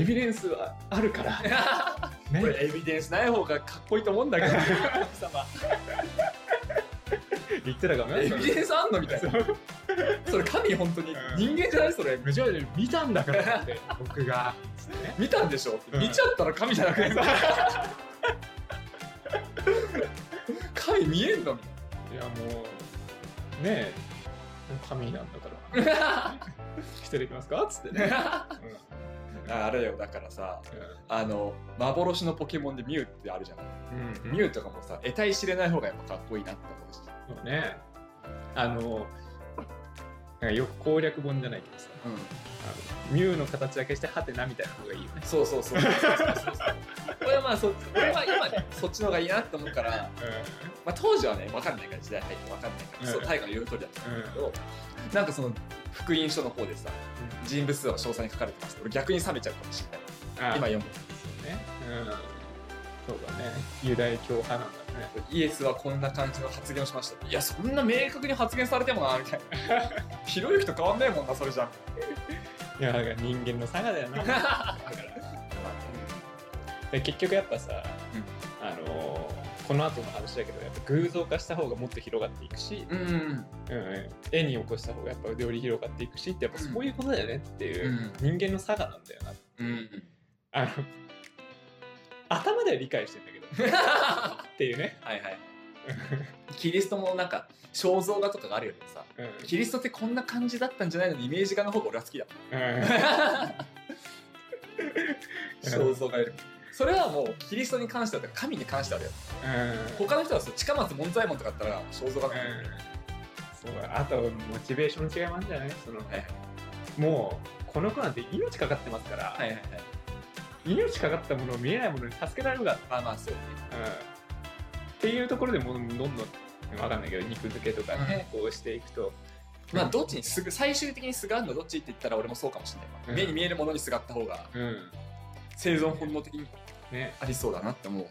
Speaker 1: エビデンスはあるから、ね
Speaker 2: これエビデンスない方がかっこいいと思うんだ けど
Speaker 1: 言ってたかも
Speaker 2: エビデンスあんのみたいな
Speaker 1: そう
Speaker 2: それ神本当に
Speaker 1: うん
Speaker 2: 人間じゃないそれ
Speaker 1: 無条件に見たんだからって 僕がつってね
Speaker 2: 見たんでしょ、
Speaker 1: うん
Speaker 2: 見ちゃったら神じゃなくない神見えんのみ
Speaker 1: いやもうねえ神なんだから
Speaker 2: たい な
Speaker 1: 来てできますかつってね、
Speaker 2: ああれよだからさ
Speaker 1: う
Speaker 2: あの幻のポケモンでミュウってあるじゃない
Speaker 1: んうん
Speaker 2: ミュウとかもさ得体知れない方がやっぱかっこいいなって思うし、
Speaker 1: そうねあのなんかよく攻略本じゃないけどさあのミュウの形だけしてハテナみたいな方がいいよね
Speaker 2: そうそうそうそうそうそうそう これはまあそ俺は今ねそっちの方がいいなって思うから、まあ、当時はね分かんないから時代入って分かんないから、そう
Speaker 1: うん
Speaker 2: 大河の言う通りだったんだ
Speaker 1: うん、うん
Speaker 2: けどなんかその福音書の方でさ人物像は詳細に書かれてます俺逆に冷めちゃうかもしれない今
Speaker 1: 今
Speaker 2: 読む
Speaker 1: そうね、うん、そうだねユダヤ教派なんだね
Speaker 2: イエスはこんな感じの発言をしましたいやそんな明確に発言されてもなみたいな ひろゆきと変わんないもんなそれじゃん
Speaker 1: いやだから人間の差がだよなだから結局やっぱさ、あのーこの後の話だけどやっぱ偶像化した方がもっと広がっていくし、
Speaker 2: うんうん
Speaker 1: うんうん絵に起こした方がやっぱより広がっていくしってやっぱそういうことだよねっていう、人間の差がなんだよな
Speaker 2: うん
Speaker 1: あの頭では理解してんだ けどっていうね、
Speaker 2: はいはいキリストもなんか肖像画とかがあるよねさ
Speaker 1: うん
Speaker 2: キリストってこんな感じだったんじゃないのにイメージ画の方が俺は好きだ
Speaker 1: うん
Speaker 2: 肖像画よりもそれはもうキリストに関しては神に関してはだよ
Speaker 1: うん
Speaker 2: 他の人はそう近松門左衛門とかだったら肖像画だよね
Speaker 1: そうだあとモチベーションの違いもあるんじゃないその
Speaker 2: はいはい
Speaker 1: もうこの子なんて命かかってますから、
Speaker 2: はいはいはい
Speaker 1: 命かかったものを見えないものに助けられるが、
Speaker 2: まあまあそうね
Speaker 1: っていうところでもうどんどんわかんないけど肉付けとかね、こうしていくと
Speaker 2: まあどっちにすぐ最終的にすがるのどっちって言ったら俺もそうかもしれないわ、
Speaker 1: うん
Speaker 2: 目に見えるものにすがった方が
Speaker 1: うん
Speaker 2: 生存本能的に
Speaker 1: ね
Speaker 2: ありそうだなって思う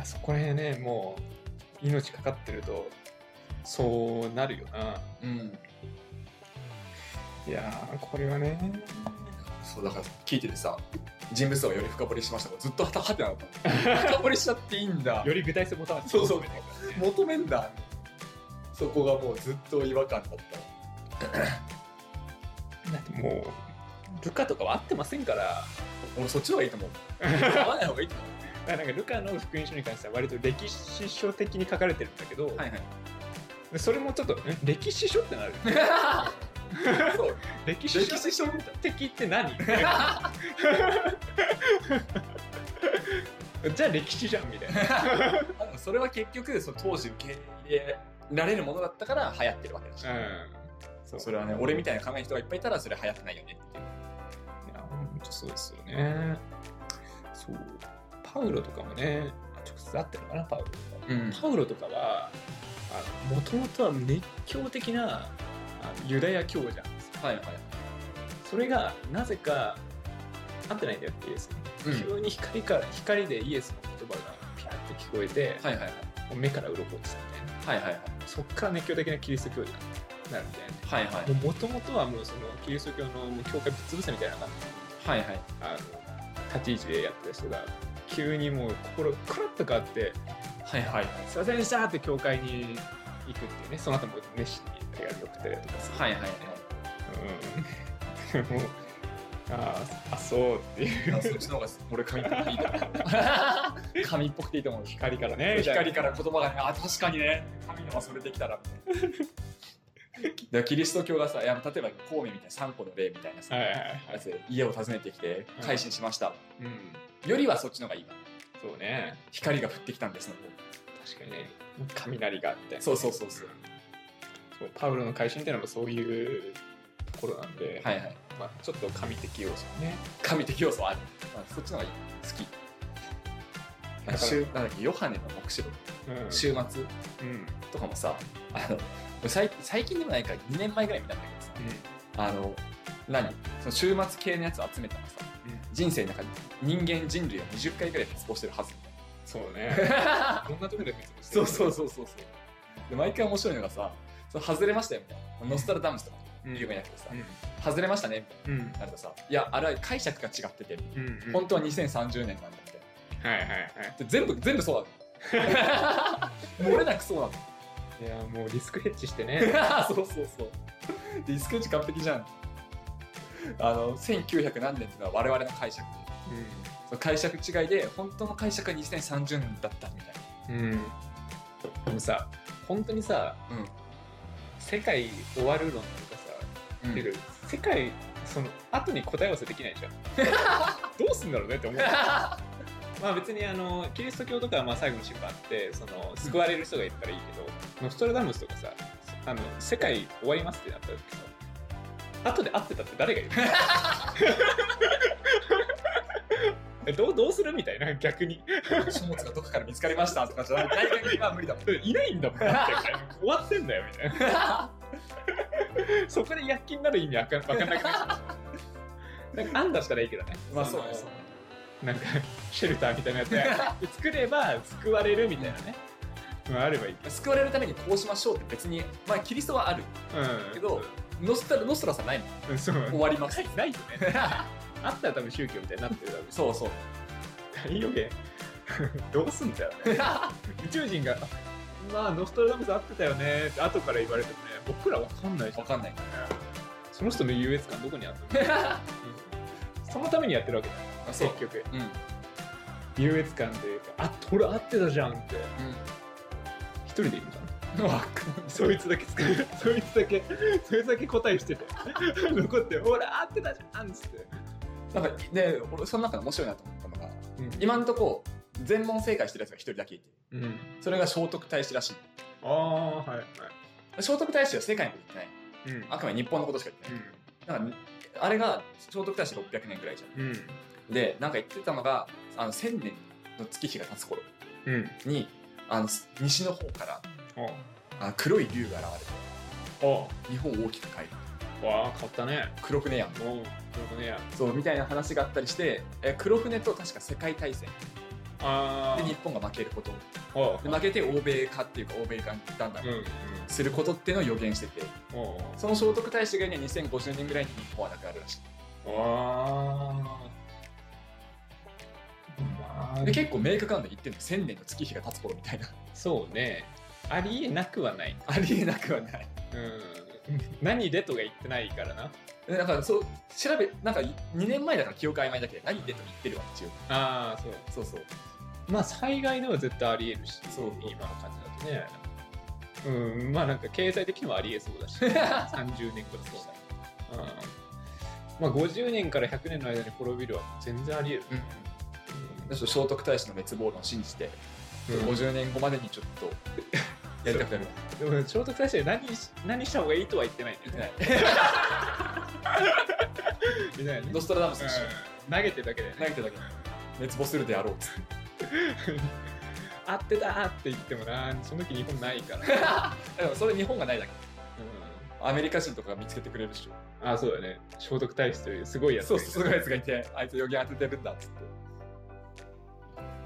Speaker 1: あそこら辺ねもう命かかってるとそうなるよな
Speaker 2: うん
Speaker 1: いやーこれはね
Speaker 2: そうだから聞いててさ人物像をより深掘りしましたがずっとはたはてなかった深掘りしちゃっていいんだ
Speaker 1: より具体性もた
Speaker 2: そうそう求めんだそこがもうずっと違和感だった
Speaker 1: だってもうルカとかは合ってませんから
Speaker 2: 俺そっちの方がいいと思う合わない方がいいと思
Speaker 1: なんかルカの福音書に関しては割と歴史書的に書かれてるんだけど、
Speaker 2: うはいはい
Speaker 1: でそれもちょっとん歴史書ってなる
Speaker 2: そう
Speaker 1: 歴史
Speaker 2: 歴
Speaker 1: 書
Speaker 2: 史書みたい
Speaker 1: 的って何 じゃあ歴史じゃんみたいな
Speaker 2: あでもそれは結局その当時受け入れられるものだったから流行ってるわけだし、
Speaker 1: そ
Speaker 2: それはね俺みたいな考える人がいっぱいいたらそれ流行ってないよねっていう
Speaker 1: いや、本当そうですよね。そう。パウロとかもね、直接会ってるのかな、パウロとか。
Speaker 2: うん
Speaker 1: パウロとかは、もともとは熱狂的なあのユダヤ教じゃんですよ。
Speaker 2: はいはい、
Speaker 1: それが、なぜか、合ってないんだよってイエス
Speaker 2: うん
Speaker 1: に。急に光から、光でイエスの言葉がピャって聞こえて、
Speaker 2: はいはいはい
Speaker 1: もう目から鱗落ちたみたい
Speaker 2: はいはいはい
Speaker 1: な。そっから熱狂的なキリスト教じゃん。なるみたいな。
Speaker 2: はいはい
Speaker 1: もともとはもうそのキリスト教のもう教会ぶっ潰せみたいな感じ
Speaker 2: はいはい
Speaker 1: あの立ち位置でやってた人が急にもう心カラッと変わって
Speaker 2: はいはい
Speaker 1: 「すいませんでした!」って教会に行くっていうねその後も熱心に手紙送ったりだとかさ、
Speaker 2: はいはい
Speaker 1: うん、 もうあーあそうっていう
Speaker 2: あそっちの方が俺神っぽくていいと思う神っぽくていいと思う
Speaker 1: 光からねみたいな
Speaker 2: 光から言葉がねあ確かにね神のはそれできたらみたいなだから キリスト教がさいや例えば神戸みたいな3個の例みたいなさ、
Speaker 1: はいはいはい、
Speaker 2: やつ家を訪ねてきて改心しました、
Speaker 1: うん、
Speaker 2: よりはそっちの方がいいわ
Speaker 1: そうね
Speaker 2: 光が降ってきたんですの方
Speaker 1: 確かにね雷があって
Speaker 2: そうそうそうそう
Speaker 1: そうパウロの会心っていうのもそういうところなんで、
Speaker 2: はいはい
Speaker 1: まあ、ちょっと神的要素ね
Speaker 2: 神的要素ある、まあ、そっちの方が好きだから
Speaker 1: 週
Speaker 2: なんだっけヨハネの黙示
Speaker 1: うん
Speaker 2: 録週末
Speaker 1: うん
Speaker 2: とかもさあの最最近でもないから2年前ぐらい見たんだけどさあの何その週末系のやつ集めたらさ人生の中で人間人類は20回ぐらい滅亡してるはず
Speaker 1: そうねこんなところで結婚して
Speaker 2: そうそううそうそうそうで毎回面白いのがさその外れましたよみたいなノスタルダムスとか
Speaker 1: うん
Speaker 2: 有名だけどさ、
Speaker 1: うん
Speaker 2: 外れましたねみた
Speaker 1: う
Speaker 2: い
Speaker 1: ん
Speaker 2: ななるとさいやあれは解釈が違ってて
Speaker 1: うんうん
Speaker 2: 本当は2030年なんだって
Speaker 1: はいはいはい
Speaker 2: で全部全部そうな の漏れなくそうなの
Speaker 1: いやもうリスクヘッジして ね
Speaker 2: そうそうそう。ディスクエッジ完璧じゃん。あの1900何年っていうのは我々の解釈でその解釈違いで本当の解釈は2030年だったみたい
Speaker 1: うん、うん、でもさ本当にさ、
Speaker 2: うん
Speaker 1: 世界終わる論とかさ、
Speaker 2: な。
Speaker 1: てか世界その後に答え合わせできないじゃんどうすんだろうねって思うまあ別にあのキリスト教とかはまあ最後の審判あってその救われる人がいるからいいけど、ノストラダムスとかさあの世界終わりますってなった時さ後で会ってたって誰がいるえどうどうするみたいな逆に
Speaker 2: 書物がどっかから見つかりましたとかじゃない。大体今は無理だもん。
Speaker 1: いないんだもんみたいな終わってんだよみたいなそこで躍起になる意味わかんわかんなくなっちゃうなんか案だったらいいけどね
Speaker 2: まあそうね
Speaker 1: の
Speaker 2: そう
Speaker 1: な
Speaker 2: ね
Speaker 1: んかシェルターみたいなやつ作れば救われるみたいなね、まあ、あればいい
Speaker 2: 救われるためにこうしましょうって別にまあキリストはある
Speaker 1: うん
Speaker 2: けどノスタルノストラさんないの。
Speaker 1: うんそう
Speaker 2: 終わります。
Speaker 1: ないよねあったら多分宗教みたいになってるだろうし
Speaker 2: そうそう。
Speaker 1: 大予言 どうすんだよね宇宙人が「まあノストラダムス合ってたよね」って後から言われてもね僕らわかんないじゃ
Speaker 2: わ
Speaker 1: ん
Speaker 2: かんない。
Speaker 1: その人の優越感どこにあったのそのためにやってるわけだよ
Speaker 2: あそう
Speaker 1: 結。局
Speaker 2: うん。うん。
Speaker 1: 優越感というかあトラ合ってたじゃんって一人でいるじゃん
Speaker 2: わかんない。
Speaker 1: そいつだけ作るそいつだけ そいつだけ答えして て残って「ほら合ってたじゃん」っつって、
Speaker 2: なんかで俺その中で面白いなと思ったのが
Speaker 1: うん
Speaker 2: 今んとこ全問正解してるやつが一人だけいて
Speaker 1: うん
Speaker 2: それが聖徳太子らしい
Speaker 1: ああはいは
Speaker 2: 聖徳太子は世界のこと言ってない
Speaker 1: いうん
Speaker 2: あくまで日本のことしか言ってないなんかあれが聖徳太子600年ぐらいじゃ
Speaker 1: うんうん
Speaker 2: んでなんか言ってたのがあの1000年の月日が経つ頃
Speaker 1: うん
Speaker 2: にあの西の方から
Speaker 1: あ
Speaker 2: あ黒い竜が現
Speaker 1: あ
Speaker 2: れて日本を大きく変える
Speaker 1: わあ買ったね
Speaker 2: 黒船やん
Speaker 1: もうどこねや
Speaker 2: そうみたいな話があったりしてえ黒船と確か世界大戦
Speaker 1: あ
Speaker 2: で
Speaker 1: ー
Speaker 2: 日本が負けること
Speaker 1: あ
Speaker 2: で負けて欧米化っていうか欧米化にだんだん
Speaker 1: うんうん
Speaker 2: することっていうのを予言してて
Speaker 1: おう
Speaker 2: その聖徳太子がいるには2050年ぐらいに日本はなくなるらし
Speaker 1: ああ
Speaker 2: いで結構明確なんだ言ってるの1000年の月日が経つ頃みたいな
Speaker 1: そうねありえなくはない、
Speaker 2: ありえなくはない
Speaker 1: うん、 何でとが言ってないからな
Speaker 2: でなんかそう調べなんか2年前だから記憶曖昧だけど何でと言ってるわ一応
Speaker 1: ああそう
Speaker 2: そうそう
Speaker 1: まあ災害では絶対ありえるし
Speaker 2: そう
Speaker 1: 今の感じだとねうんまあなんか経済的にもありえ そうだし30年後だとしたら、うんまあ、50年から100年の間に滅びるは全然ありえる、
Speaker 2: うんで聖徳太子の滅亡論を信じて、
Speaker 1: うん
Speaker 2: 50年後までにちょっ とやりたくなる
Speaker 1: でも聖徳太子で何し何した方がいいとは言ってないんだよ
Speaker 2: 言っ
Speaker 1: ね
Speaker 2: てない
Speaker 1: みたいなね
Speaker 2: ノストラダムスと一緒
Speaker 1: うん投げてるだけで、ね、
Speaker 2: 投げてるだけ滅亡するであろうっつって
Speaker 1: 合ってたーって言ってもなその時日本ないから、うん
Speaker 2: でもそれ日本がないだけアメリカ人とかが見つけてくれるでしょ
Speaker 1: あそうだね聖徳太子というすごいやつ
Speaker 2: そうそうすごいやつがいてあいつ予言当ててるんだっつって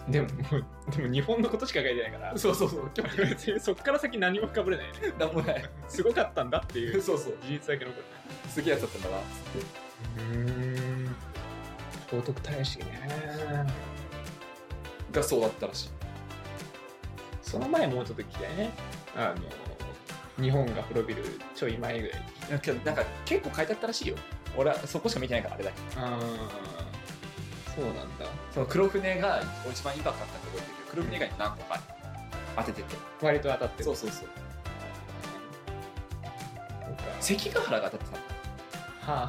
Speaker 1: でももうでも日本のことしか書いてないから
Speaker 2: そうそうそう、
Speaker 1: 別 にそっから先何もかぶれないね
Speaker 2: なんもない。
Speaker 1: すごかったんだっていう事
Speaker 2: そうそう、
Speaker 1: 実だけ残る
Speaker 2: すげえやつだったんだな。
Speaker 1: うん聖徳太子ね
Speaker 2: がそうだったらしい。
Speaker 1: その前もうちょっと聞きたいねあの日本が滅びるちょい前ぐらい
Speaker 2: なんかなんか結構書いてあったらしいよ。俺はそこしか見てないからあれだけど。
Speaker 1: ああそうなんだ
Speaker 2: その黒船が一番インパクトあったところで黒船以外に何個か当ててて。
Speaker 1: 割と当たってる
Speaker 2: そうそうそ
Speaker 1: そ
Speaker 2: う。
Speaker 1: うか
Speaker 2: 関ヶ原が当たって
Speaker 1: はあは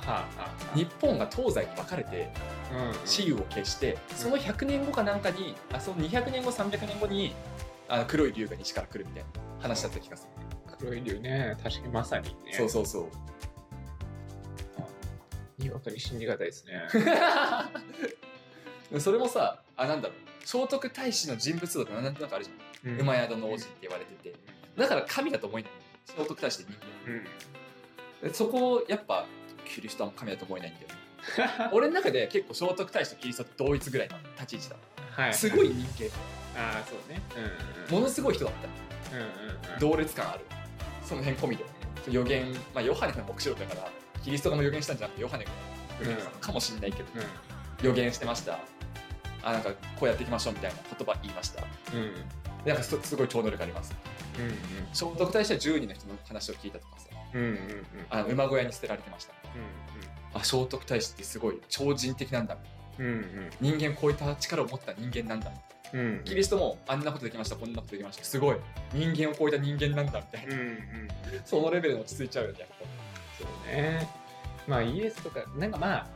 Speaker 2: た。日本が東西に分かれて、
Speaker 1: あはあ
Speaker 2: 雌雄を消して、その100年後かなんかに、あその200年後、300年後に、あの黒い竜が西から来るみたいな話だった気がす る。
Speaker 1: 黒い竜ね確かにまさにね
Speaker 2: そうそうそう。
Speaker 1: にわかに信じがたいですね。
Speaker 2: それもさあなんだろう聖徳太子の人物像ってなんなんかあるじゃ、
Speaker 1: うん
Speaker 2: 馬宿の王子って言われててだから神だと思えない聖徳太子って人
Speaker 1: うん。
Speaker 2: 間でそこをやっぱキリストは神だと思えないんだよね俺の中で結構聖徳太子とキリストって同一ぐらいの立ち位置だ
Speaker 1: はい。
Speaker 2: すごい人間
Speaker 1: ああ、そうね。うん
Speaker 2: ものすごい人だった
Speaker 1: うん。うんうんうん。
Speaker 2: 同列感あるその辺込みで予言まあヨハネの目視録だからキリストがも予言したんじゃなくてヨハネが予言したのかもしれないけど予言してましたあなんかこうやっていきましょうみたいな言葉言いました
Speaker 1: うん。うん。
Speaker 2: なんかすすごい超能力あります聖徳太子は10人の人の話を聞いたとかさ
Speaker 1: うん。うん。うん。うん。
Speaker 2: あの馬小屋に捨てられてましたあ聖徳太子ってすごい超人的なんだ
Speaker 1: うん。うん。
Speaker 2: 人間を超えた力を持った人間なんだ
Speaker 1: うん。うん。
Speaker 2: キリストもあんなことできましたこんなことできましたすごい人間を超えた人間なんだみたいな
Speaker 1: うん。うん。
Speaker 2: そのレベルに落ち着いちゃうよねやっぱ
Speaker 1: そうね。まあイエスとか、なんかまあ、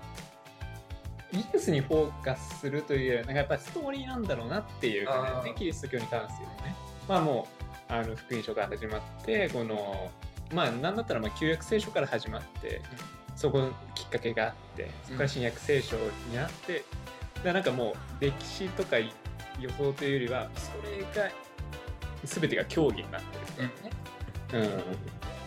Speaker 1: イエスにフォーカスするというよりは、なんかやっぱりストーリーなんだろうなっていう感じですね
Speaker 2: あー
Speaker 1: キリスト教に関してはね。まあもう、あの福音書から始まって、この、まあなんだったらまあ旧約聖書から始まって、そこのきっかけがあって、そこから新約聖書になって、だからなんかもう歴史とか予想というよりは、それが、全てが教義になってる
Speaker 2: うん
Speaker 1: うん、ま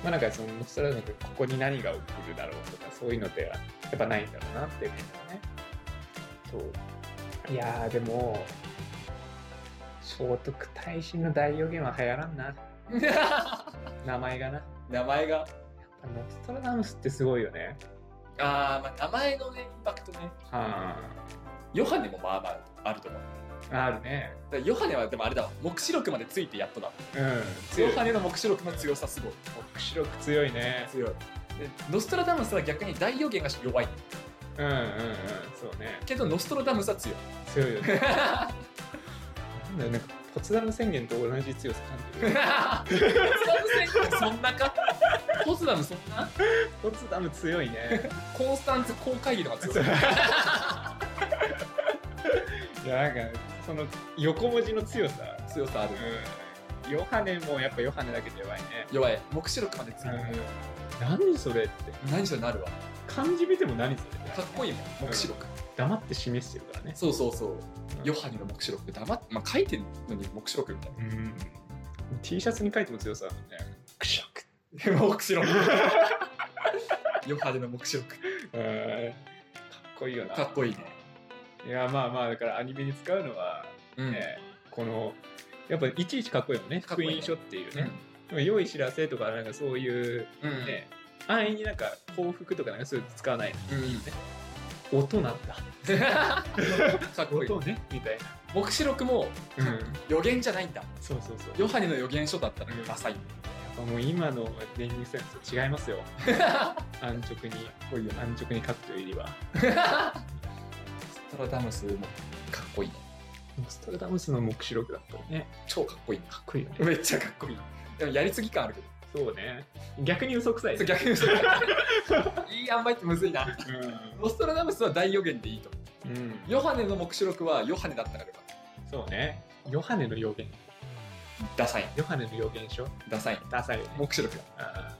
Speaker 1: あなんかそのノストラダムスここに何が起こるだろうとかそういうのではやっぱないんだろうなっていうのはねそういやーでも聖徳太子の大予言は流行らんな 名前がなや
Speaker 2: 名前が
Speaker 1: っぱノストラダムスってすごいよね
Speaker 2: あー、まあ名前のねインパクトね
Speaker 1: は
Speaker 2: ヨハネもまあまああると思う
Speaker 1: ああるね
Speaker 2: だからヨハネはでもあれだわ黙示録までついてやっとだ
Speaker 1: うん強
Speaker 2: ヨ
Speaker 1: い
Speaker 2: ハネの黙示録の強さすごい
Speaker 1: 白く強いね
Speaker 2: 強いでノストラダムスは逆に大予言が弱い
Speaker 1: うんうんうんそうね
Speaker 2: けどノストラダムスは強い
Speaker 1: 強いよねなんだよなんかポツダム宣言と同じ強さ感じる
Speaker 2: ポツダム宣言そんなかポツダムそんな
Speaker 1: ポツダム強いね
Speaker 2: コンスタンツ公会議の方が強い
Speaker 1: いやなんかその横文字の強さ、
Speaker 2: 強さある
Speaker 1: うん、ヨハネもやっぱヨハネだけで弱いね、
Speaker 2: 弱い黙示録までついてる、
Speaker 1: うん、何それって
Speaker 2: 何しろなるわ
Speaker 1: 漢字見ても何それ
Speaker 2: かっこいいもん黙示録、
Speaker 1: 黙って示してるからね、
Speaker 2: そうそうそう
Speaker 1: うん
Speaker 2: ヨハネの黙示録黙って、まあ、書いてんのに黙示録みたいな
Speaker 1: うん T シャツに書いても強さあるもんねクシャク
Speaker 2: 黙 示録ヨハネの黙示
Speaker 1: うんかっこいいよな
Speaker 2: 録かっこいいね
Speaker 1: いやまあまあだからアニメに使うのは
Speaker 2: うん、
Speaker 1: ね、このやっぱいちいちかっこいいもんね
Speaker 2: かっこいい
Speaker 1: 福
Speaker 2: ね
Speaker 1: 音書っていうね、用意知らせとかなんかそういう
Speaker 2: うんうん
Speaker 1: ね、安易になんか幸福とかなんかそういうの使わない
Speaker 2: うんいいね
Speaker 1: 音なんだ
Speaker 2: かっこいい
Speaker 1: ねみたい
Speaker 2: 黙示録も、
Speaker 1: な、
Speaker 2: 予言じゃないんだ
Speaker 1: そうそうそうやっ
Speaker 2: ヨハネの予言書だったら
Speaker 1: うん
Speaker 2: ダサい、
Speaker 1: ぱもう今のネーミングセンス違い ますよ安直に
Speaker 2: こいいよね
Speaker 1: 安直に書くというよりは
Speaker 2: ストラダムスもかっこいいね
Speaker 1: ノストラダムスの目視録だったらね
Speaker 2: 超かっこいいね
Speaker 1: かっこいいよね
Speaker 2: めっちゃかっこいいでもやりすぎ感あるけど
Speaker 1: そうね逆に嘘くさい ね
Speaker 2: そう逆にいい塩梅ってむずいなノストラダムスは大予言でいいと思
Speaker 1: うん、うん、
Speaker 2: うヨハネの黙示録はヨハネだったからよかっ
Speaker 1: そうねヨハネの予言
Speaker 2: たダサい
Speaker 1: ヨハネの予言書
Speaker 2: ダサい
Speaker 1: ダサいよね
Speaker 2: 黙示録だ
Speaker 1: あ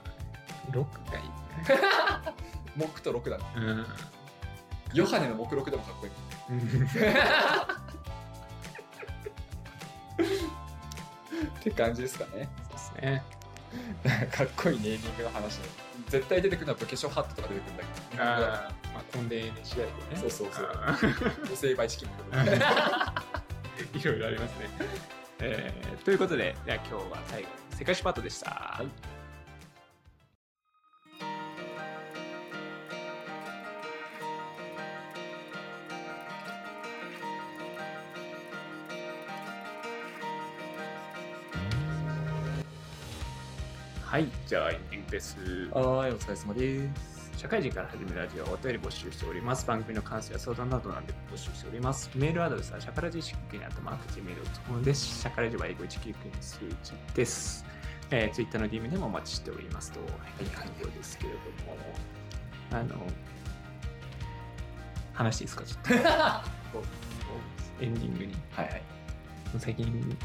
Speaker 1: ーロックがいい
Speaker 2: 黙と録だね
Speaker 1: うん
Speaker 2: ヨハネの目録でもかっこいいって感じですかね
Speaker 1: そうですね
Speaker 2: かっこいいネーミングの話ね絶対出てくるのは武家書ハットとか出てくるんだけど
Speaker 1: ああまあコンデーネ次第でね
Speaker 2: そうそうそう
Speaker 1: あー
Speaker 2: お成敗式も
Speaker 1: いろいろありますね。えーということで、じゃあ今日は最後に世界史パートでした。
Speaker 2: い
Speaker 1: はい、じゃあエンディングです。
Speaker 2: はいお疲れ様です
Speaker 1: 社会人から始めるラジオはお便り募集しております。番組の感想や相談などなんで募集しております。メールアドレスはシャカラジシックにあったマーク Gmail.com です。シャカラジは英語199の数字です。えー、Twitter の DM でもお待ちしておりますと、はい、感情ですけれども、あの、話していいですか、ちょっと。エンディングに。
Speaker 2: はい はい
Speaker 1: 最近、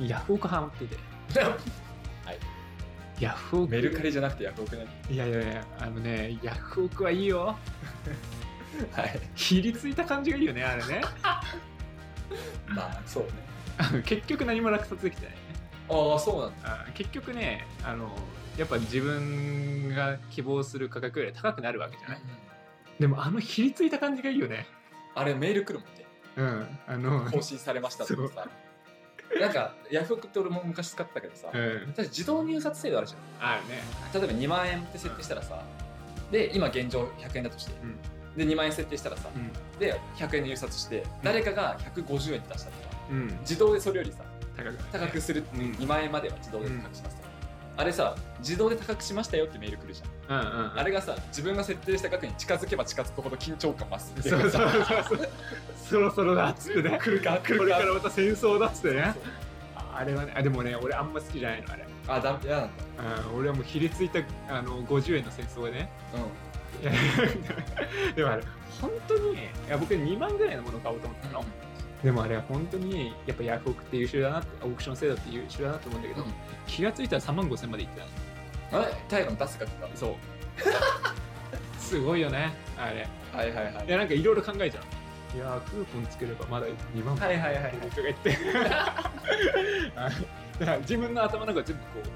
Speaker 1: ヤフオクハマってて。ヤフオク。
Speaker 2: メルカリじゃなくてヤフオクね
Speaker 1: いやいやいや、あのね、ヤフオクはいいよ。
Speaker 2: はい
Speaker 1: 切りついた感じがいいよねあれね
Speaker 2: まあそうね
Speaker 1: あの 結局何も落札できてないね
Speaker 2: ああそうなんだ
Speaker 1: あ結局ねあのやっぱ自分が希望する価格より高くなるわけじゃないでもあのひりついた感じがいいよね
Speaker 2: あれメール来るもんね
Speaker 1: うんあの
Speaker 2: 更新されましたとかさなんかヤフオクって俺も昔使ったけどさ、
Speaker 1: うん
Speaker 2: 私自動入札制度あるじゃん
Speaker 1: あるね
Speaker 2: 例えば2万円って設定したらさで今現状100円だとして、
Speaker 1: うん
Speaker 2: で2万円設定したらさ、
Speaker 1: うん
Speaker 2: で100円で入札して、誰かが150円って出したらさ
Speaker 1: うん
Speaker 2: 自動でそれよりさ
Speaker 1: 高く
Speaker 2: 高くする、
Speaker 1: うん
Speaker 2: 2万円までは自動で高くしますと、あれさ自動で高くしましたよってメール来るじゃん、
Speaker 1: うんうんうん
Speaker 2: あれがさ自分が設定した額に近づけば近づくほど緊張感増すってい
Speaker 1: そうそう
Speaker 2: か
Speaker 1: そ
Speaker 2: さ
Speaker 1: うそうそろそろだっつってね
Speaker 2: 来るか
Speaker 1: こ
Speaker 2: 来
Speaker 1: れ
Speaker 2: る
Speaker 1: か
Speaker 2: から
Speaker 1: また戦争だっつってね
Speaker 2: そうそう
Speaker 1: ああれはねあでもね俺あんま好きじゃないのあれ、
Speaker 2: あだ嫌なんだ
Speaker 1: うん、俺はもうひりついたあの50円の戦争でね
Speaker 2: う
Speaker 1: いや でもあれ本当にいや僕2万ぐらいのもの買おうと思った
Speaker 2: ん
Speaker 1: の、でもあれは本当にやっぱヤフオクって優秀だなってオークション制度って優秀だなと思うんだけど、
Speaker 2: うん
Speaker 1: 気がついたら3万5千までいってたの
Speaker 2: あれタイガの出す額が
Speaker 1: そう すごいよねあれ
Speaker 2: はいはいはい
Speaker 1: いやなんかいろいろ考えちゃういやークーポンつければまだ2万
Speaker 2: はいはいはいはい
Speaker 1: とか言って あのだから自分の頭の中全部こ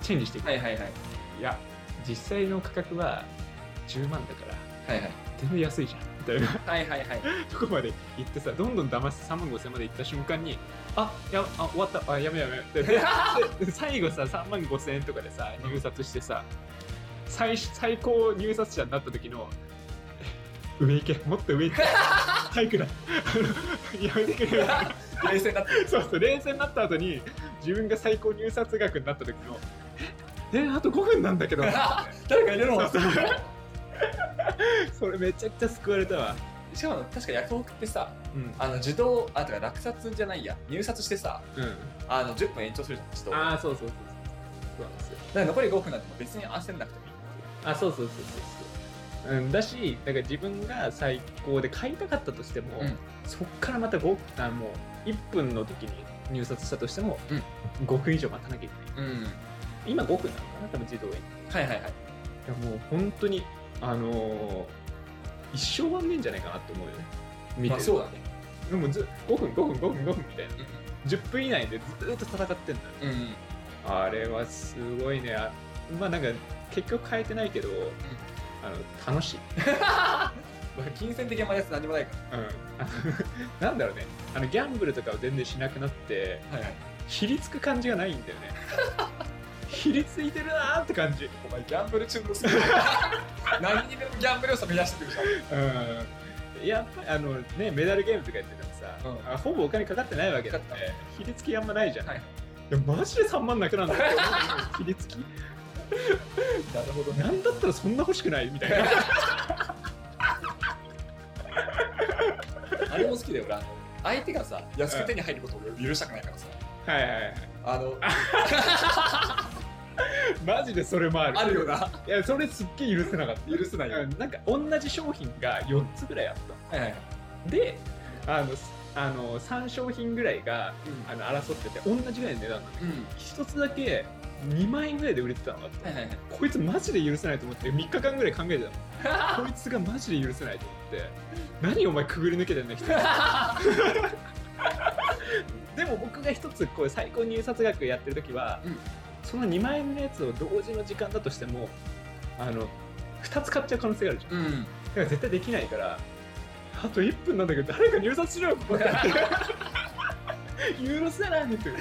Speaker 1: うチェンジしていく、
Speaker 2: はいはいはい
Speaker 1: いや実際の価格は10万だから
Speaker 2: はいはい
Speaker 1: 全然安いじゃんみたいな
Speaker 2: はいはい はい
Speaker 1: とこまで行ってさどんどん騙して3万5千まで行った瞬間にあやあ終わったあやめやめってで で最後さ3万5千円とかでさ入札してさ最最高入札者になった時の え上行けもっと 上行け早 くだあのやめてくれ よ
Speaker 2: 冷静になって
Speaker 1: そうそう冷静になった後に自分が最高入札額になった時のええあと5分なん だけど
Speaker 2: 誰か入れろ
Speaker 1: そうそれめちゃくちゃ救われたわ
Speaker 2: しかも確かヤフオクってさ
Speaker 1: うん
Speaker 2: あの自動あとか落札じゃないや入札してさ
Speaker 1: うん
Speaker 2: あの10分延長するじゃん自動だか
Speaker 1: ああそうそうそうそうそうなんですよ
Speaker 2: ら残り5分なんてもう別に焦んなくてもいい
Speaker 1: あそうそうそうそうそう、うん、だしだから自分が最高で買いたかったとしても、
Speaker 2: うん
Speaker 1: そっからまた5あもう1分の時に入札したとしても、
Speaker 2: うん
Speaker 1: 5分以上待たなきゃいけない
Speaker 2: うん
Speaker 1: 今5分なのかな多分自動でい
Speaker 2: はいはいはい
Speaker 1: やもう本当にあのー一生終わんねえんじゃないかなって思うよね見てる
Speaker 2: まあそうだね
Speaker 1: でもず5分5分5分5分みたいな10分以内でずーっと戦ってんだよ
Speaker 2: うんうん
Speaker 1: あれはすごいね。あまあなんか結局変えてないけど、あの楽しい。
Speaker 2: 金銭的なマイナス何もないか
Speaker 1: うんあの、 なんだろうね。あのギャンブルとかを全然しなくなって、
Speaker 2: らはいはい
Speaker 1: ひりつく感じがないんだよね。 ひりついてるなーって感じ。
Speaker 2: お前ギャンブル中毒すぎる 何にでもギャンブル要素目指してくるじゃん
Speaker 1: うん。やっぱりあのねメダルゲームとかやっててもさ、
Speaker 2: うん
Speaker 1: あほぼお金かかってないわけだっ
Speaker 2: か
Speaker 1: て
Speaker 2: かっ
Speaker 1: ひりつきあんまないじゃん、、
Speaker 2: はいい
Speaker 1: やマジで3万なくなんだよ ひりつき
Speaker 2: なるほど
Speaker 1: なんだったらそんな欲しくないみ たいな
Speaker 2: あれも好きだよ俺あの相手がさ安く手に入ることを俺許したくないからさ
Speaker 1: はいはいはい
Speaker 2: あの
Speaker 1: マジでそれもある
Speaker 2: あるよない
Speaker 1: やそれすっげえ許せなかった
Speaker 2: 許せないよ
Speaker 1: うんなんか同じ商品が4つぐらいあっ
Speaker 2: はいはい
Speaker 1: たであのすあの3商品ぐらいがあの争ってて同じぐらいの値段なの
Speaker 2: うんうん
Speaker 1: 1つだけ2万円ぐらいで売れてたのがあっ
Speaker 2: はいはいはい
Speaker 1: たこいつマジで許せないと思って3日間ぐらい考えて たのこいつがマジで許せないと思って何お前くぐり抜けてんだ 人でも僕が1つこう最高入札額やってる時は、
Speaker 2: うん
Speaker 1: その2万円のやつを同時の時間だとしてもあの2つ買っちゃう可能性があるじゃん
Speaker 2: うん
Speaker 1: だから絶対できないからあと1分なんだけど誰か入札しろよここで許せないってい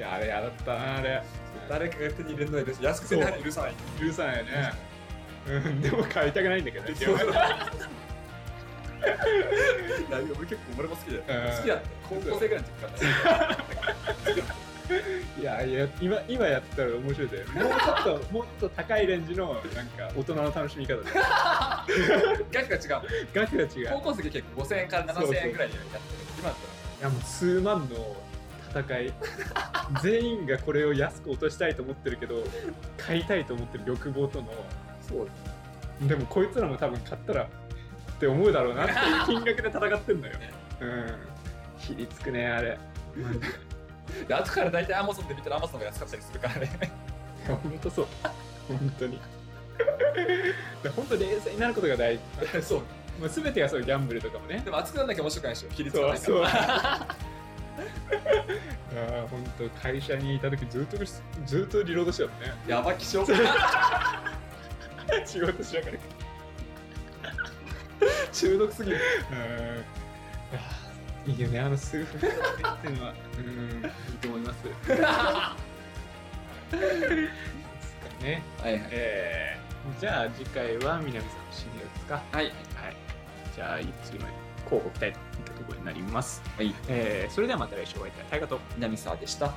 Speaker 1: やあれやだったなあれ
Speaker 2: 誰かが手に入れるのは許す安く手に入るのは許さない
Speaker 1: 許さないよねうんでも買いたくないんだけどね
Speaker 2: そうだいぶ俺結構俺も好きだよ
Speaker 1: うん
Speaker 2: 好きだった高校生ぐらいの時から
Speaker 1: いやいや今今やったら面白いだよもうちょっともっと高いレンジのなんか大人の楽しみ方で
Speaker 2: 額が違う
Speaker 1: 額が違うい
Speaker 2: 高校生結構5000円から7000円ぐらいでやってる今だっ
Speaker 1: やもう数万の戦い全員がこれを安く落としたいと思ってるけど買いたいと思ってる欲望との
Speaker 2: たらそうだ
Speaker 1: でもこいつらも多分買ったらって思うだろうなっていう金額で戦ってん のよ。うん。ひりつくね、あれ。マジでい
Speaker 2: で後から大体 Amazon で見たら Amazon が安かったりするからね
Speaker 1: や、ほんとそう。本当に。で本当冷静になることが大事。
Speaker 2: そう
Speaker 1: もう全てがそうギャンブルとかもね。
Speaker 2: でも熱くなんなきゃ面白くないでしょ切りつか
Speaker 1: そ
Speaker 2: な
Speaker 1: う
Speaker 2: いか
Speaker 1: そう。
Speaker 2: ら
Speaker 1: ああ本当会社にいた時ずっとずっとリロードしてたもんね。
Speaker 2: やば気象
Speaker 1: 仕事しながら。
Speaker 2: 中毒すぎる
Speaker 1: うんいいよねあの数分っていうのは。うんいいと思い ます。ですかね。
Speaker 2: はいはい
Speaker 1: えー、じゃあ次回は南さんのシニアですか。
Speaker 2: はい
Speaker 1: はい。じゃあ次の候補期待といったところになります。
Speaker 2: はい
Speaker 1: えーそれではまた来週お会いいたい。ありがとう。
Speaker 2: 南沢でした